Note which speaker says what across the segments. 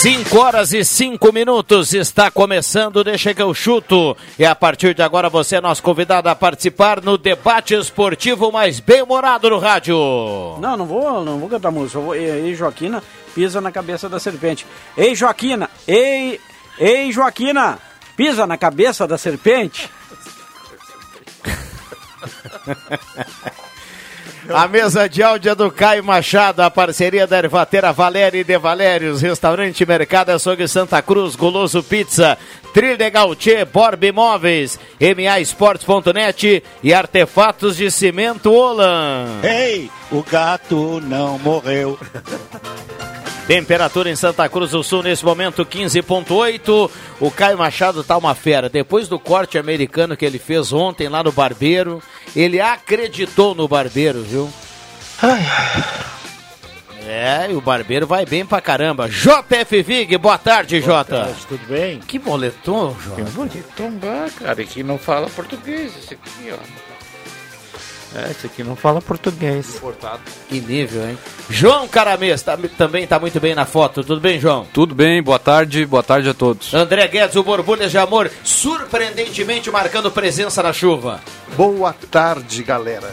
Speaker 1: Cinco horas e cinco minutos está começando, deixa que eu chuto. E a partir de agora você é nosso convidado a participar no debate esportivo mais bem-humorado no rádio.
Speaker 2: Não, não vou, não vou cantar música. Eu vou, ei, Joaquina, pisa na cabeça da serpente. Ei, Joaquina, ei, ei, Joaquina, pisa na cabeça da serpente.
Speaker 1: A mesa de áudio é do Caio Machado, a parceria da Ervatera Valéria e De Valérios, Restaurante Mercado Açougue Santa Cruz, Goloso Pizza, Trilha Gautier, Borb Imóveis, MA Esportes.net e Artefatos de Cimento Olan.
Speaker 3: Ei, o gato não morreu.
Speaker 1: Temperatura em Santa Cruz do Sul nesse momento 15.8. O Caio Machado tá uma fera. Depois do corte americano que ele fez ontem lá no barbeiro, ele acreditou no barbeiro, viu? É, e o barbeiro vai bem pra caramba. JF Vig, boa tarde, Jota.
Speaker 4: Tudo bem?
Speaker 1: Que boletom, Jota.
Speaker 4: Que tombar, cara, que não fala português esse aqui, ó. É, esse aqui não fala português.
Speaker 1: Que nível, hein? João Caramês tá- também tá muito bem na foto. Tudo bem, João?
Speaker 5: Tudo bem, boa tarde, boa tarde a todos.
Speaker 1: André Guedes, o Borbulhas de Amor, surpreendentemente marcando presença na chuva.
Speaker 6: Boa tarde, galera.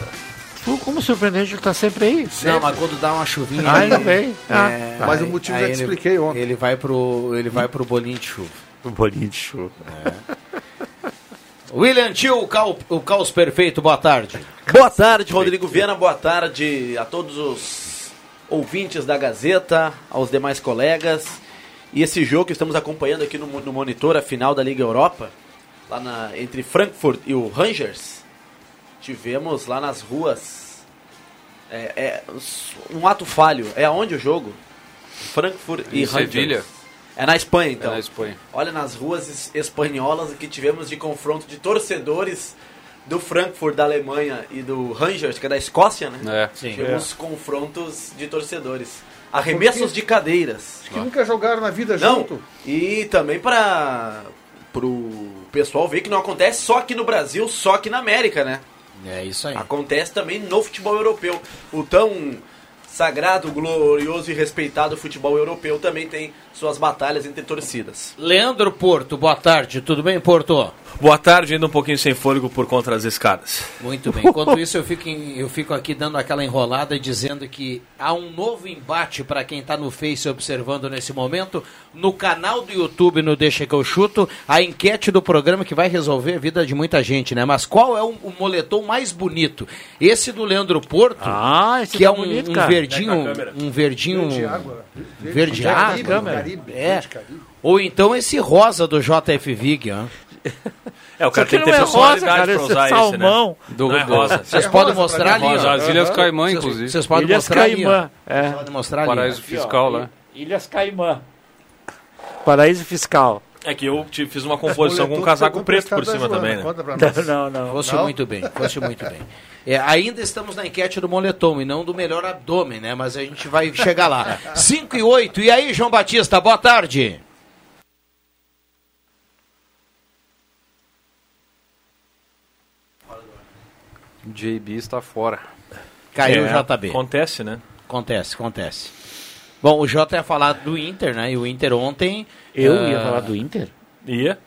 Speaker 4: Tu, como surpreendente, ele tá sempre aí.
Speaker 1: Não, mas quando dá uma chuvinha.
Speaker 4: Ah,
Speaker 1: aí-
Speaker 4: ele vem. Ah.
Speaker 1: É,
Speaker 6: Mas
Speaker 1: aí-
Speaker 6: o motivo
Speaker 1: aí
Speaker 6: já te
Speaker 1: ele-
Speaker 6: expliquei ontem.
Speaker 1: Ele vai pro, ele vai pro bolinho de chuva.
Speaker 4: Um bolinho de chuva.
Speaker 1: William Tio, o, cau- o caos perfeito, boa tarde.
Speaker 7: Boa tarde, Rodrigo Viana. Boa tarde a todos os ouvintes da Gazeta, aos demais colegas. E esse jogo que estamos acompanhando aqui no, mo- no monitor, a final da Liga Europa, lá na- entre Frankfurt e o Rangers, tivemos lá nas ruas é, é, um ato falho. É aonde o jogo? Frankfurt e
Speaker 5: Em
Speaker 7: Rangers.
Speaker 5: Sevilha.
Speaker 7: É na Espanha, então.
Speaker 5: É na Espanha.
Speaker 7: Olha, nas ruas es- espanholas o que tivemos de confronto de torcedores do Frankfurt, da Alemanha, e do Rangers, que é da Escócia, né?
Speaker 5: É.
Speaker 1: Sim.
Speaker 7: Tivemos confrontos de torcedores. Arremessos de cadeiras.
Speaker 6: Que nunca jogaram na vida
Speaker 7: Não,
Speaker 6: junto.
Speaker 7: e também para pro pessoal ver que não acontece só aqui no Brasil, só aqui na América, né?
Speaker 1: É isso aí.
Speaker 7: Acontece também no futebol europeu. O tão sagrado, glorioso e respeitado futebol europeu também tem suas batalhas entre torcidas.
Speaker 1: Leandro Porto, boa tarde, tudo bem, Porto?
Speaker 8: Boa tarde, ainda um pouquinho sem fôlego por conta das escadas.
Speaker 1: Muito bem. Enquanto isso, eu fico, em- eu fico aqui dando aquela enrolada e dizendo que há um novo embate para quem está no Face observando nesse momento. No canal do YouTube, no Deixa Que Eu Chuto, a enquete do programa que vai resolver a vida de muita gente, né? Mas qual é o, o moletom mais bonito? Esse do Leandro Porto,
Speaker 4: Ah, esse
Speaker 1: que
Speaker 4: tá
Speaker 1: é um,
Speaker 4: bonito,
Speaker 1: um
Speaker 4: cara.
Speaker 1: verdinho.
Speaker 8: Pega a câmera.
Speaker 1: Um verdinho. um
Speaker 6: Verde água.
Speaker 1: Verde água,
Speaker 6: Caribe,
Speaker 4: câmera.
Speaker 6: Caribe,
Speaker 1: É.
Speaker 6: verde Caribe.
Speaker 1: Ou então esse rosa do JF Vig, ó.
Speaker 8: É, o
Speaker 4: Isso aqui
Speaker 8: cara tem que
Speaker 4: não
Speaker 8: ter
Speaker 4: é rosa,
Speaker 8: personalidade
Speaker 4: cara,
Speaker 8: pra
Speaker 4: esse
Speaker 8: usar
Speaker 4: é
Speaker 8: esse, né?
Speaker 4: salmão.
Speaker 5: Do,
Speaker 8: Não é
Speaker 5: do-
Speaker 8: rosa.
Speaker 1: Vocês
Speaker 6: É
Speaker 1: podem
Speaker 6: rosa
Speaker 1: mostrar
Speaker 6: pra
Speaker 1: ali,
Speaker 6: mim,
Speaker 5: rosa,
Speaker 1: ó.
Speaker 5: as Ilhas Caimã,
Speaker 1: Vocês-
Speaker 5: inclusive.
Speaker 1: Vocês podem
Speaker 4: Ilhas
Speaker 1: mostrar ali, ó.
Speaker 4: Caimã, é.
Speaker 1: Vocês podem mostrar ali.
Speaker 5: Paraíso fiscal lá.
Speaker 4: Ilhas Caimã. Paraíso fiscal.
Speaker 8: É que eu te fiz uma composição com um
Speaker 6: Boletom
Speaker 8: casaco
Speaker 6: pegou
Speaker 8: preto por
Speaker 6: emprestado
Speaker 8: cima
Speaker 6: da
Speaker 8: também,
Speaker 6: Joana,
Speaker 8: né?
Speaker 6: conta pra nós.
Speaker 4: Não, não.
Speaker 1: Fosse
Speaker 6: Não?
Speaker 1: muito bem, fosse muito bem. É, ainda estamos na enquete do moletom e não do melhor abdômen, né? Mas a gente vai chegar lá. 5 e 8. E aí, João Batista, boa tarde.
Speaker 5: JB está fora.
Speaker 1: Caiu
Speaker 8: É,
Speaker 1: o JB.
Speaker 8: Acontece, né?
Speaker 1: Acontece, acontece. Bom, o Jota ia falar do Inter, né? E o Inter ontem.
Speaker 4: Eu
Speaker 1: ah,
Speaker 4: ia falar do Inter?
Speaker 8: E é.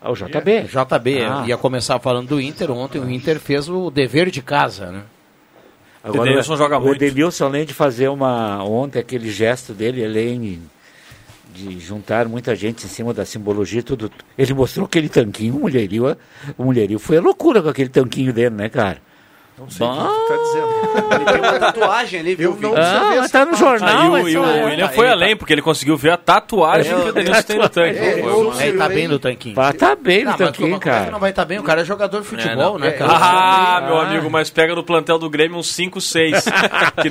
Speaker 4: Ah, o JB.
Speaker 1: JB
Speaker 4: Ah.
Speaker 1: ia começar falando do Inter. Ontem o Inter fez o dever de casa, né?
Speaker 8: O Edenilson joga
Speaker 4: o
Speaker 8: muito.
Speaker 4: Edenilson, além de fazer uma ontem aquele gesto dele, além de juntar muita gente em cima da simbologia e tudo, ele mostrou aquele tanquinho, o mulherio, o mulherio foi a loucura com aquele tanquinho dele, né, cara?
Speaker 6: Não sei o que tu tá dizendo.
Speaker 7: Ele tem uma tatuagem ali, viu?
Speaker 6: Eu não
Speaker 4: Ah,
Speaker 6: sabia
Speaker 4: mas
Speaker 6: essa
Speaker 4: tá no
Speaker 6: parte.
Speaker 8: Ah, e
Speaker 4: jornal, tá-
Speaker 8: o, e o
Speaker 4: essa-
Speaker 8: William foi além, porque ele conseguiu ver a tatuagem
Speaker 7: É,
Speaker 8: que o Denilson tem no tanque.
Speaker 6: É,
Speaker 8: Pô,
Speaker 6: eu
Speaker 8: mano.
Speaker 6: não sei,
Speaker 1: Ele tá
Speaker 6: eu
Speaker 1: bem
Speaker 6: nem-
Speaker 1: no tanquinho.
Speaker 4: Pá, tá bem no
Speaker 1: Ah, mas como
Speaker 4: tanquinho,
Speaker 1: é que
Speaker 4: cara.
Speaker 1: não vai estar bem, o cara é jogador de futebol,
Speaker 8: não,
Speaker 1: né,
Speaker 6: é,
Speaker 1: cara?
Speaker 8: Ah, meu
Speaker 4: Ah.
Speaker 8: amigo, mas pega no plantel do Grêmio uns 5, 6 que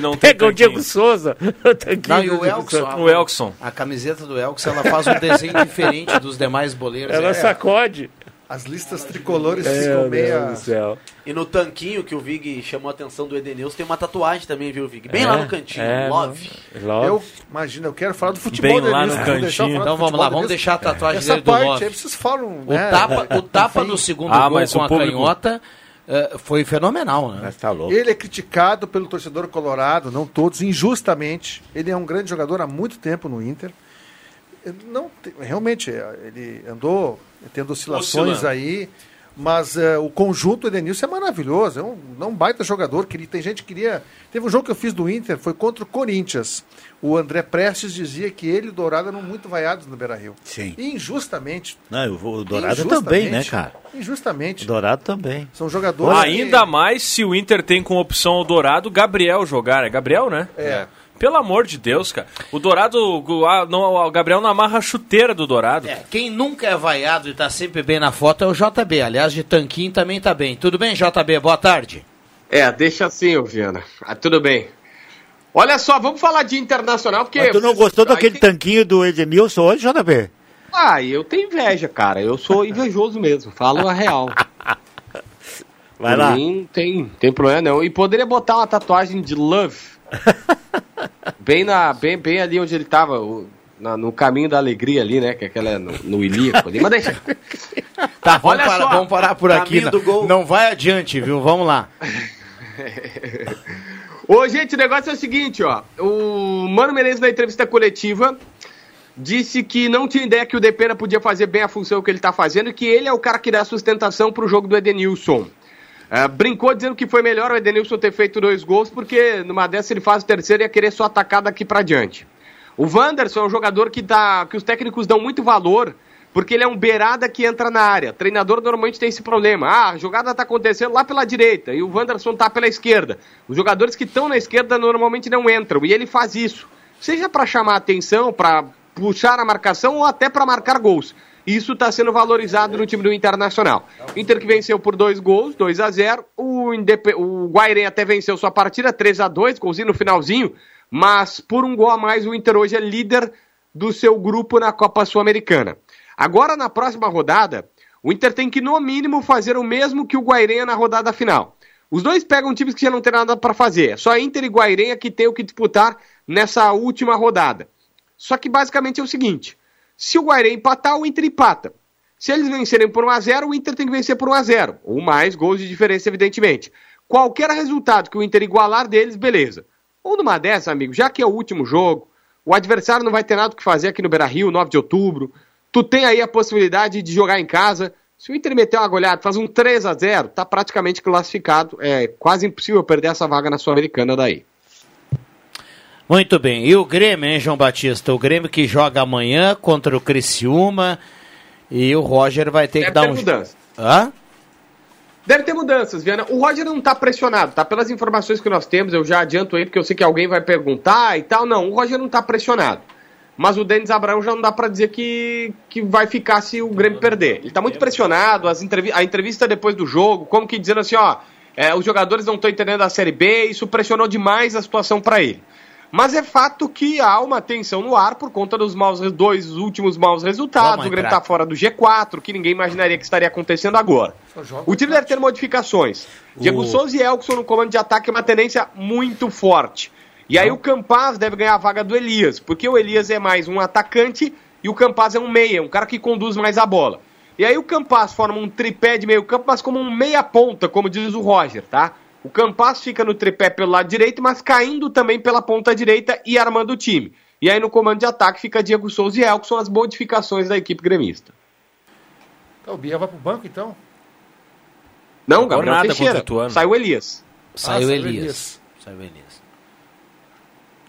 Speaker 8: não tem
Speaker 4: Pega o
Speaker 8: tanquinho.
Speaker 4: Diego Souza. O
Speaker 9: é.
Speaker 4: tanquinho
Speaker 1: Não, e
Speaker 4: do
Speaker 1: o
Speaker 4: Diego Souza.
Speaker 1: Elkson.
Speaker 8: O Elkson.
Speaker 1: A camiseta do Elkson, ela faz um desenho diferente dos demais boleiros.
Speaker 4: Ela
Speaker 1: É.
Speaker 4: sacode.
Speaker 6: As listas tricolores
Speaker 3: É,
Speaker 4: Meu
Speaker 3: né,
Speaker 6: ficam meia.
Speaker 4: Deus do céu.
Speaker 7: E no tanquinho que o Vig chamou a atenção do Edenilson, tem uma tatuagem também, viu, Vig? Bem lá
Speaker 4: É,
Speaker 7: no cantinho,
Speaker 4: é,
Speaker 7: love.
Speaker 4: Love.
Speaker 6: Eu, imagina, eu quero falar do futebol
Speaker 8: Bem lá
Speaker 6: deles,
Speaker 8: no
Speaker 6: eu vou deixar
Speaker 8: cantinho.
Speaker 6: eu falar do
Speaker 1: Então vamos lá,
Speaker 6: futebol deles.
Speaker 1: vamos deixar a tatuagem
Speaker 6: Essa
Speaker 1: dele do
Speaker 6: parte é aí
Speaker 1: Love.
Speaker 6: vocês falam.
Speaker 1: O
Speaker 6: né?
Speaker 1: tapa, o tapa no segundo
Speaker 8: Ah,
Speaker 1: gol
Speaker 8: mas
Speaker 1: com
Speaker 8: o
Speaker 1: a
Speaker 8: público-
Speaker 1: canhota eh, foi fenomenal, né?
Speaker 4: Mas tá louco.
Speaker 6: Ele é criticado pelo torcedor colorado, não todos, injustamente. Ele é um grande jogador há muito tempo no Inter. Não, te- realmente, é, ele andou tendo oscilações
Speaker 8: Oscilando.
Speaker 6: aí, mas é, o conjunto Edenilson é maravilhoso. É um, é um baita jogador. Que ele- tem gente que queria. Teve um jogo que eu fiz do Inter, foi contra o Corinthians. O André Prestes dizia que ele e o Dourado eram muito vaiados no Beira Rio.
Speaker 3: Sim.
Speaker 6: E injustamente.
Speaker 3: Não, eu vou- o Dourado
Speaker 6: Injustamente.
Speaker 3: também, né, cara?
Speaker 6: Injustamente.
Speaker 3: O Dourado também.
Speaker 6: São jogadores.
Speaker 8: Ainda
Speaker 6: que,
Speaker 8: mais se o Inter tem como opção o Dourado, Gabriel jogar. É Gabriel, né?
Speaker 6: É.
Speaker 8: Pelo amor de Deus, cara. O Dourado, o, a- não, o Gabriel não amarra a chuteira do Dourado.
Speaker 1: É, quem nunca é vaiado e tá sempre bem na foto é o JB. Aliás, de tanquinho também tá bem. Tudo bem, JB? Boa tarde.
Speaker 10: É, deixa assim, ô Viana. Ah, tudo bem. Olha só, vamos falar de internacional, porque.
Speaker 3: Mas tu não gostou
Speaker 10: É, Aí
Speaker 3: daquele
Speaker 10: tem-
Speaker 3: tanquinho do Edmilson hoje, JB?
Speaker 10: Ah, eu tenho inveja, cara. Eu sou invejoso mesmo, falo a real.
Speaker 3: Vai
Speaker 10: Por
Speaker 3: lá.
Speaker 10: mim, não tem, não tem problema não. E poderia botar uma tatuagem de love. bem, na, bem, bem ali onde ele tava, o- na- no caminho da alegria ali, né? Que é aquela no, no ilíaco ali. Mas deixa.
Speaker 1: Tá, vamos,
Speaker 10: Olha
Speaker 1: parar,
Speaker 10: só,
Speaker 1: vamos parar por aqui.
Speaker 7: caminho
Speaker 1: né?
Speaker 7: do gol.
Speaker 1: Não vai adiante, viu? Vamos lá.
Speaker 10: Ô, gente, o negócio é o seguinte, ó. O Mano Menezes, na entrevista coletiva, disse que não tinha ideia que o Depena podia fazer bem a função que ele tá fazendo e que ele é o cara que dá sustentação pro jogo do Edenilson. Ah, brincou dizendo que foi melhor o Edenilson ter feito dois gols, porque numa dessa ele faz o terceiro e ia querer só atacar daqui pra diante. O Wanderson é um jogador que, dá, que os técnicos dão muito valor, porque ele é um beirada que entra na área. Treinador normalmente tem esse problema. Ah, a jogada está acontecendo lá pela direita e o Wanderson tá pela esquerda. Os jogadores que estão na esquerda normalmente não entram e ele faz isso. Seja para chamar atenção, para puxar a marcação ou até para marcar gols. Isso está sendo valorizado no time do Internacional. Inter que venceu por dois gols, 2 a 0 O, Indep... o Guairen até venceu sua partida, 3 a 2 golzinho no finalzinho. Mas por um gol a mais, o Inter hoje é líder do seu grupo na Copa Sul-Americana. Agora, na próxima rodada, o Inter tem que, no mínimo, fazer o mesmo que o Guairenha na rodada final. Os dois pegam times que já não tem nada para fazer. É Só Inter e Guairenha que tem o que disputar nessa última rodada. Só que basicamente é o seguinte: se o Guaré empatar, o Inter empata. Se eles vencerem por 1x0, o Inter tem que vencer por 1x0. Ou mais gols de diferença, evidentemente. Qualquer resultado que o Inter igualar deles, beleza. Ou numa dessa, amigo, já que é o último jogo, o adversário não vai ter nada o que fazer aqui no Beira Rio, 9 de outubro. Tu tem aí a possibilidade de jogar em casa. Se o Inter meter uma goleada, faz um 3 a 0 tá praticamente classificado. É quase impossível perder essa vaga na Sul-Americana daí.
Speaker 1: Muito bem. E o Grêmio, hein, João Batista? O Grêmio que joga amanhã contra o Criciúma. E o Roger vai ter que
Speaker 10: Deve
Speaker 1: dar
Speaker 10: ter
Speaker 1: um.
Speaker 10: mudança.
Speaker 1: Hã?
Speaker 10: Deve ter mudanças, Viana. O Roger não tá pressionado, tá? Pelas informações que nós temos, eu já adianto aí, porque eu sei que alguém vai perguntar e tal. Não, o Roger não tá pressionado. Mas o Denis Abraão já não dá pra dizer que, que vai ficar se o Grêmio perder. Ele tá muito pressionado, as entrevi a entrevista depois do jogo, como que dizendo assim, ó, é, os jogadores não estão entendendo a Série B, isso pressionou demais a situação pra ele. Mas é fato que há uma tensão no ar por conta dos maus, re- dois últimos maus resultados.
Speaker 1: Vamos
Speaker 10: o Grêmio
Speaker 1: entrar.
Speaker 10: tá fora do G4, que ninguém imaginaria que estaria acontecendo agora. O time deve ter modificações. Diego Souza e Elkson no comando de ataque é uma tendência muito forte. E aí o Campaz deve ganhar a vaga do Elias, porque o Elias é mais um atacante e o Campaz é um meia, um cara que conduz mais a bola. E aí o Campaz forma um tripé de meio campo, mas como um meia ponta, como diz o Roger, tá? O Campaz fica no tripé pelo lado direito, mas caindo também pela ponta direita e armando o time. E aí no comando de ataque fica Diego Souza e Elkson, as modificações da equipe gremista.
Speaker 6: Tá, o Bia vai pro banco então?
Speaker 10: Não,
Speaker 8: Agora
Speaker 10: Gabriel
Speaker 8: nada
Speaker 10: Teixeira,
Speaker 8: contra o Ituano.
Speaker 10: sai o Elias.
Speaker 1: Saiu
Speaker 6: Ah,
Speaker 1: Elias. saiu o Elias.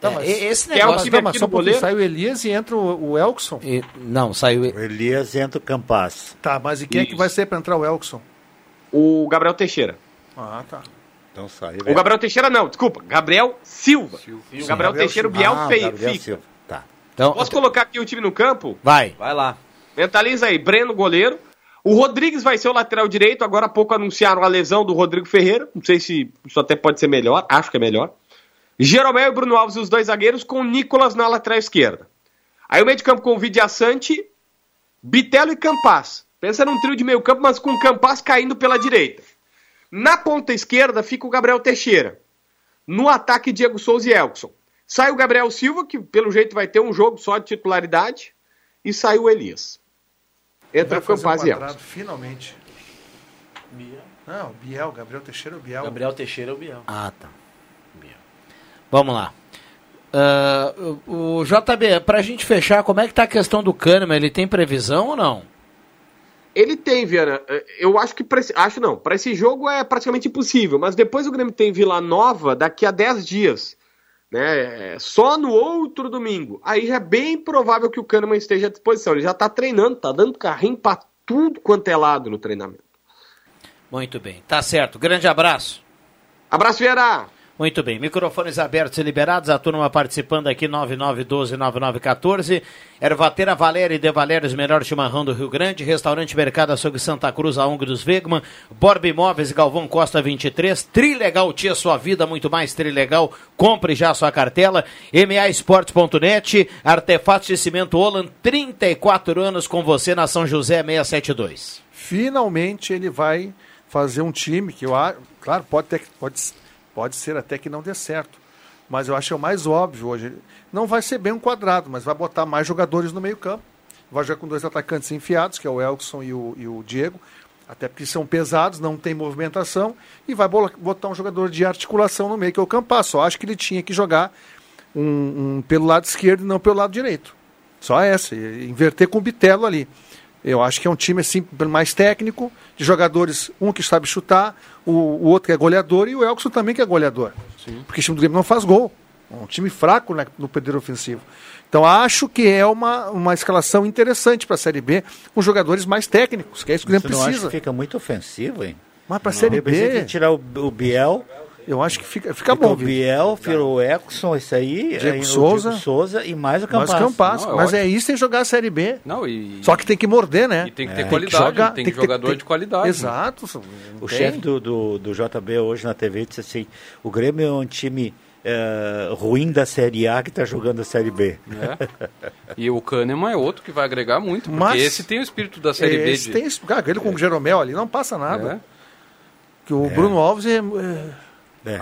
Speaker 6: Tá,
Speaker 1: É,
Speaker 6: mas-
Speaker 1: e- esse
Speaker 6: Tá,
Speaker 1: negócio
Speaker 6: mas- tá, mas só um pouquinho, sai o Elias e entra o, o Elkson.
Speaker 1: Não, saiu.
Speaker 3: Elias entra o Campas.
Speaker 6: Tá, mas e quem é que
Speaker 10: Isso.
Speaker 6: vai ser pra entrar o Elkson?
Speaker 10: O Gabriel Teixeira.
Speaker 6: Ah, tá.
Speaker 3: Então sai.
Speaker 10: O Gabriel Teixeira não, desculpa. Gabriel Silva. O Gabriel
Speaker 3: Gabriel
Speaker 10: Teixeira, o Biel
Speaker 3: Silva. Ah,
Speaker 10: fe-
Speaker 3: Gabriel
Speaker 10: fica.
Speaker 3: Silva. Tá.
Speaker 1: Então,
Speaker 10: Posso colocar aqui o time no campo?
Speaker 1: Vai.
Speaker 7: Vai lá.
Speaker 10: Mentaliza aí, Breno, goleiro. O Rodrigues vai ser o lateral direito. Agora há pouco anunciaram a lesão do Rodrigo Ferreira. Não sei se isso até pode ser melhor. Acho que é melhor. Jeromel e Bruno Alves, os dois zagueiros, com o Nicolas na lateral esquerda. Aí o meio de campo com o Vidia Sante, Bitelo e Campas. Pensa num trio de meio campo, mas com o Campas caindo pela direita. Na ponta esquerda fica o Gabriel Teixeira. No ataque, Diego Souza e Elkson. Sai o Gabriel Silva, que pelo jeito vai ter um jogo só de titularidade. E sai o Elias. Entra o
Speaker 6: Vai fazer um
Speaker 10: Campas e Elkson.
Speaker 6: quadrado, Finalmente. Não, Biel, Gabriel Teixeira é o Biel.
Speaker 7: Gabriel Teixeira é o Biel.
Speaker 1: Ah, tá. Vamos lá. Ah, o, o JB, pra gente fechar, como é que tá a questão do Kahneman? Ele tem previsão ou não?
Speaker 10: Ele tem, Viana. eh, Eu acho que. pra esse- Acho não. Para esse jogo é praticamente impossível. Mas depois o Grêmio tem Vila Nova daqui a 10 dias. Né? É, Só no outro domingo. Aí já é bem provável que o Kahneman esteja à disposição. Ele já tá treinando, tá dando carrinho pra tudo quanto é lado no treinamento.
Speaker 1: Muito bem, tá certo. Grande abraço.
Speaker 10: Abraço, Vieira!
Speaker 1: Muito bem, microfones abertos e liberados, a turma participando aqui, 9912-9914. Ervatera Valéria e De Valérios, melhor chimarrão do Rio Grande, Restaurante Mercado Açougue Santa Cruz, a ONG dos Vegman, Borb Imóveis, Galvão Costa 23, Trilegal Tia Sua Vida, muito mais Trilegal, compre já a sua cartela, maesportes.net, Artefatos de Cimento Olan, 34 anos com você na São José 672.
Speaker 6: Finalmente ele vai fazer um time que eu acho. Claro, pode, ter, que- pode, pode ser até que não dê certo. Mas eu acho que é o mais óbvio hoje. Não vai ser bem um quadrado, mas vai botar mais jogadores no meio-campo. Vai jogar com dois atacantes enfiados, que é o Elkson e o, e o Diego. Até porque são pesados, não tem movimentação. E vai bola- botar um jogador de articulação no meio, que é o Campasso. Só acho que ele tinha que jogar um, um pelo lado esquerdo e não pelo lado direito. Só essa. e- e Inverter com o Bitelo ali. Eu acho que é um time assim mais técnico, de jogadores, um que sabe chutar, o, o outro que é goleador e o Elkson também que é goleador. Porque o time do Grêmio não faz gol. É um time fraco né, no poder ofensivo. Então acho que é uma, uma escalação interessante para a Série B, com jogadores mais técnicos, que é isso que o
Speaker 3: Você
Speaker 6: Grêmio
Speaker 3: não acha
Speaker 6: precisa. É,
Speaker 3: que fica muito ofensivo, hein?
Speaker 6: Mas para a Série
Speaker 3: Eu pensei que
Speaker 6: B,
Speaker 3: ia tirar o, o Biel.
Speaker 6: Eu acho que fica, fica bom,
Speaker 3: O
Speaker 6: viu?
Speaker 3: Biel, fica o Exxon, isso aí.
Speaker 6: Diego
Speaker 3: aí o
Speaker 6: Souza.
Speaker 3: Diego Souza e mais o
Speaker 6: mas
Speaker 3: Campas.
Speaker 6: Campas.
Speaker 3: Não, é
Speaker 6: mas
Speaker 3: ótimo.
Speaker 6: é isso, tem que jogar a Série B.
Speaker 5: Não, e...
Speaker 6: Só que tem que morder, né?
Speaker 5: E tem que ter
Speaker 6: É.
Speaker 5: qualidade,
Speaker 6: jogar,
Speaker 5: tem que jogador de qualidade, né?
Speaker 6: Exato.
Speaker 3: O chefe do, do, do JB hoje na TV disse assim: o Grêmio é um time eh, ruim da Série A que está jogando a Série B.
Speaker 5: É. E o Kahneman é outro que vai agregar muito, porque
Speaker 6: Mas-
Speaker 5: esse tem o espírito da Série B.
Speaker 6: Esse
Speaker 5: de-
Speaker 6: tem esse- cara, ele com o Jeromel ali não passa nada.
Speaker 5: É.
Speaker 6: Que o
Speaker 5: É.
Speaker 6: Bruno Alves é, é,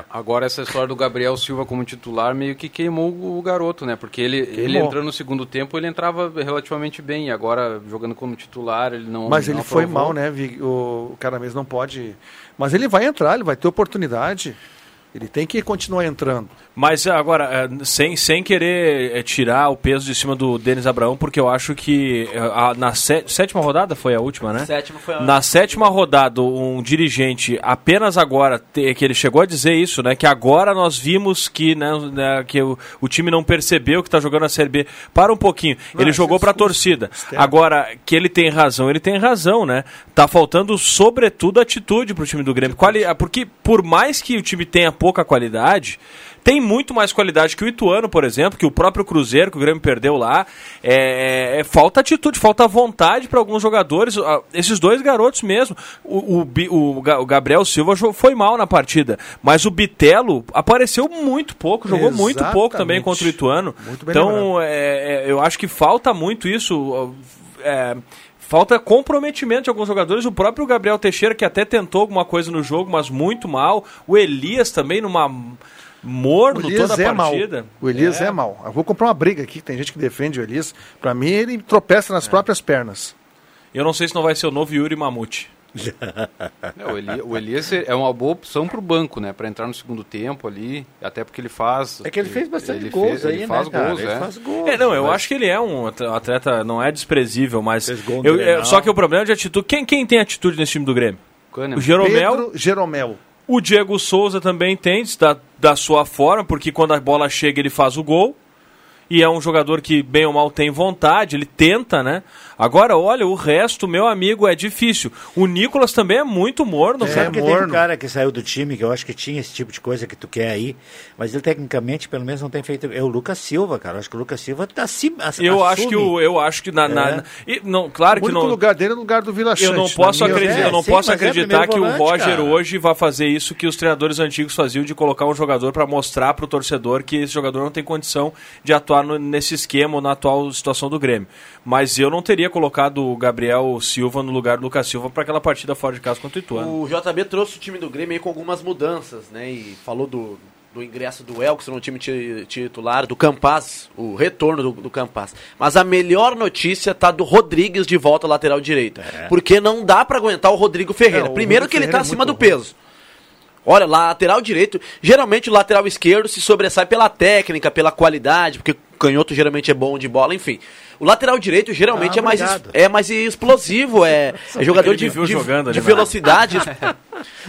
Speaker 5: Agora essa história do Gabriel Silva como titular meio que queimou o- o garoto, né? Porque ele, ele entrando no segundo tempo, ele entrava relativamente bem, e agora jogando como titular, ele não
Speaker 6: Mas ele
Speaker 5: não
Speaker 6: foi
Speaker 5: aprovou.
Speaker 6: mal, né? Vig? O, o cara mesmo não pode. Mas ele vai entrar, ele vai ter oportunidade. Ele tem que continuar entrando.
Speaker 8: Mas agora, eh, sem, sem querer eh, tirar o peso de cima do Denis Abraão, porque eu acho que eh, a- na sé- sétima rodada foi a última, né?
Speaker 7: Sétima foi a
Speaker 8: Na sétima rodada, um dirigente apenas agora, te- que ele chegou a dizer isso, né? Que agora nós vimos que, né, né, que o, o time não percebeu que está jogando a Série B. Para um pouquinho. ele
Speaker 7: é
Speaker 8: jogou para a torcida. Agora, que ele tem razão, ele tem razão, né? Tá faltando, sobretudo, atitude para o time do Grêmio. Quali- Porque, por mais que o time tenha pouca qualidade, tem muito mais qualidade que o Ituano, por exemplo, que o próprio Cruzeiro, que o Grêmio perdeu lá. É, é- falta atitude, falta vontade para alguns jogadores. Ah, Esses dois garotos mesmo. O, o Bi- o Ga- o Gabriel Silva jo- foi mal na partida, mas o Bitelo apareceu muito pouco, jogou muito pouco também
Speaker 9: Exatamente.
Speaker 8: contra o Ituano.
Speaker 9: bem
Speaker 8: então, é, é, eu acho que falta muito isso. é, Falta comprometimento de alguns jogadores. O próprio Gabriel Teixeira, que até tentou alguma coisa no jogo, mas muito mal. O Elias também, numa morno toda a
Speaker 6: é mal.
Speaker 8: partida.
Speaker 6: O Elias é. mal. Eu vou comprar uma briga aqui, tem gente que defende o Elias. Pra mim, ele
Speaker 8: É.
Speaker 6: tropeça nas próprias pernas.
Speaker 8: Eu não sei se não vai ser o novo Yuri Mamute.
Speaker 5: É, o, Eli- o Elias é uma boa opção para o banco, né? Para entrar no segundo tempo ali, até porque ele faz.
Speaker 3: É que ele fez bastante
Speaker 5: ele
Speaker 3: gols
Speaker 5: fez-
Speaker 3: aí,
Speaker 5: ele
Speaker 3: né,
Speaker 5: Faz
Speaker 3: cara?
Speaker 5: gols,
Speaker 3: Ele
Speaker 5: é.
Speaker 3: faz
Speaker 8: É, não, eu acho que ele é um atleta- atleta, não é desprezível, mas.
Speaker 3: no
Speaker 8: eu- é,
Speaker 3: Grenal.
Speaker 8: só que o problema é de atitude. Quem, quem tem atitude nesse time do Grêmio?
Speaker 5: Kahneman.
Speaker 8: O Jeromel.
Speaker 6: Pedro Jeromel.
Speaker 8: O Diego Souza também tem, da, da sua forma, porque quando a bola chega ele faz o gol. E é um jogador que, bem ou mal, tem vontade, ele tenta, né? Agora, olha, o resto, meu amigo, é difícil. O Nicolas também é muito morno,
Speaker 3: Sabe
Speaker 8: cara.
Speaker 3: que teve um cara que saiu do time, que eu acho que tinha esse tipo de coisa que tu quer aí, mas ele tecnicamente, pelo menos, não tem feito. É o Lucas Silva, cara. Eu acho que o Lucas Silva tá acima.
Speaker 8: Eu acho que o, eu acho que na, na-
Speaker 3: É.
Speaker 8: na- e não, claro
Speaker 6: o
Speaker 8: que
Speaker 6: único
Speaker 8: não.
Speaker 6: lugar dele é o lugar do Vila
Speaker 8: Eu
Speaker 6: Sante,
Speaker 8: não
Speaker 6: na
Speaker 8: posso
Speaker 6: minha
Speaker 8: acreditar,
Speaker 6: opinião.
Speaker 8: eu não
Speaker 3: sim,
Speaker 8: posso
Speaker 3: mas é
Speaker 8: acreditar
Speaker 3: primeiro
Speaker 8: que o
Speaker 3: volante,
Speaker 8: Roger
Speaker 3: cara.
Speaker 8: hoje vai fazer isso que os treinadores antigos faziam de colocar um jogador para mostrar para o torcedor que esse jogador não tem condição de atuar no- nesse esquema ou na atual situação do Grêmio. Mas eu não teria colocado o Gabriel Silva no lugar do Lucas Silva para aquela partida fora de casa contra o Ituano.
Speaker 7: O JB trouxe o time do Grêmio aí com algumas mudanças, né? E falou do, do ingresso do Elkson no time ti- titular, do Campaz, o retorno do, do Campaz. Mas a melhor notícia tá do Rodrigues de volta à lateral direita. Porque não dá pra aguentar o Rodrigo Ferreira.
Speaker 6: É, o
Speaker 7: Primeiro
Speaker 6: Rodrigo
Speaker 7: que ele
Speaker 6: Ferreira
Speaker 7: tá
Speaker 6: é
Speaker 7: acima do
Speaker 6: muito
Speaker 7: peso. Olha, lateral direito, geralmente o lateral esquerdo se sobressai pela técnica, pela qualidade, porque o canhoto geralmente é bom de bola, enfim. O lateral direito geralmente
Speaker 3: Ah,
Speaker 7: é, mais, es-
Speaker 3: obrigado.
Speaker 7: é mais explosivo, é, é jogador
Speaker 8: ele
Speaker 7: de,
Speaker 8: me viu
Speaker 7: de,
Speaker 8: jogando
Speaker 7: de
Speaker 8: ali, mano.
Speaker 7: velocidade.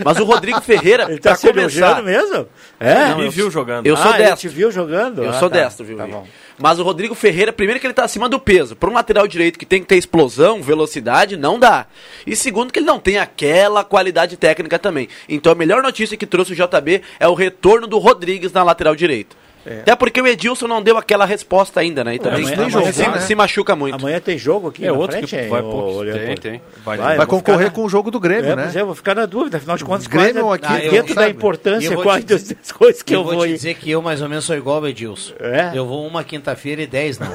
Speaker 7: Mas o Rodrigo Ferreira,
Speaker 3: Ele tá
Speaker 7: pra começar,
Speaker 3: cirurgiano mesmo? É?
Speaker 8: Ele me viu jogando.
Speaker 7: eu sou
Speaker 3: ah, ele te
Speaker 7: destro.
Speaker 3: viu jogando?
Speaker 7: Eu
Speaker 3: Ah,
Speaker 7: sou
Speaker 3: tá.
Speaker 7: destro, viu?
Speaker 3: Tá
Speaker 7: Vini?
Speaker 3: bom.
Speaker 7: Mas o Rodrigo Ferreira, primeiro que ele tá acima do peso. Para um lateral direito que tem que ter explosão, velocidade, não dá. E segundo que ele não tem aquela qualidade técnica também. Então a melhor notícia que trouxe o JB é o retorno do Rodrigues na lateral direita. Até porque o Edilson não deu aquela resposta ainda, né? E também
Speaker 3: amanhã-
Speaker 7: se-
Speaker 3: amanhã
Speaker 7: se,
Speaker 3: tem, né?
Speaker 7: se machuca muito.
Speaker 3: Amanhã tem jogo aqui
Speaker 8: É
Speaker 3: na
Speaker 8: outro
Speaker 3: frente,
Speaker 8: que
Speaker 3: hein,
Speaker 8: vai
Speaker 3: ô,
Speaker 8: pouco.
Speaker 3: Leandro?
Speaker 5: Tem, tem.
Speaker 8: Vai,
Speaker 3: eu
Speaker 6: Vai
Speaker 3: É, vou
Speaker 6: concorrer
Speaker 3: ficar
Speaker 6: com o jogo do
Speaker 3: na-
Speaker 6: Grêmio,
Speaker 3: é,
Speaker 6: né?
Speaker 3: pois é, eu vou ficar na dúvida, afinal de contas,
Speaker 6: Grêmio
Speaker 3: quase- ah,
Speaker 6: aqui,
Speaker 3: dentro
Speaker 1: eu não
Speaker 3: da
Speaker 1: sabe.
Speaker 3: importância,
Speaker 1: Eu vou
Speaker 3: quase
Speaker 1: te-
Speaker 3: das das coisas que eu,
Speaker 1: eu vou, te
Speaker 3: ir.
Speaker 1: dizer que eu mais ou menos sou igual ao Edilson.
Speaker 3: É?
Speaker 1: Eu vou uma quinta-feira e dez, não.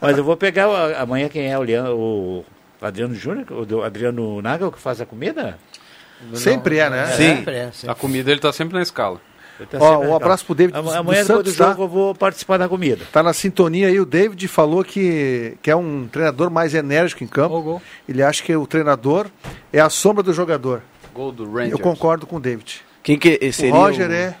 Speaker 3: Mas eu vou pegar o- amanhã quem é o, Leandro, o Adriano Júnior, o do Adriano Nagel que faz a comida?
Speaker 6: Sempre é, né?
Speaker 1: Sempre, é, sempre.
Speaker 5: A comida ele tá sempre na escala.
Speaker 3: Ele tá
Speaker 6: Ó,
Speaker 3: sempre-
Speaker 6: um abraço pro David
Speaker 3: Ama-
Speaker 6: dos-
Speaker 3: Amanhã
Speaker 6: dos
Speaker 3: depois do
Speaker 6: Santos, tá?
Speaker 3: jogo eu vou participar da comida.
Speaker 6: Tá na sintonia aí, o David falou que, que é um treinador mais enérgico em campo.
Speaker 5: Ó o gol.
Speaker 6: Ele acha que o treinador é a sombra do jogador.
Speaker 5: Gol do Rangers.
Speaker 6: Eu concordo com o David.
Speaker 7: Quem que seria
Speaker 6: o Roger é.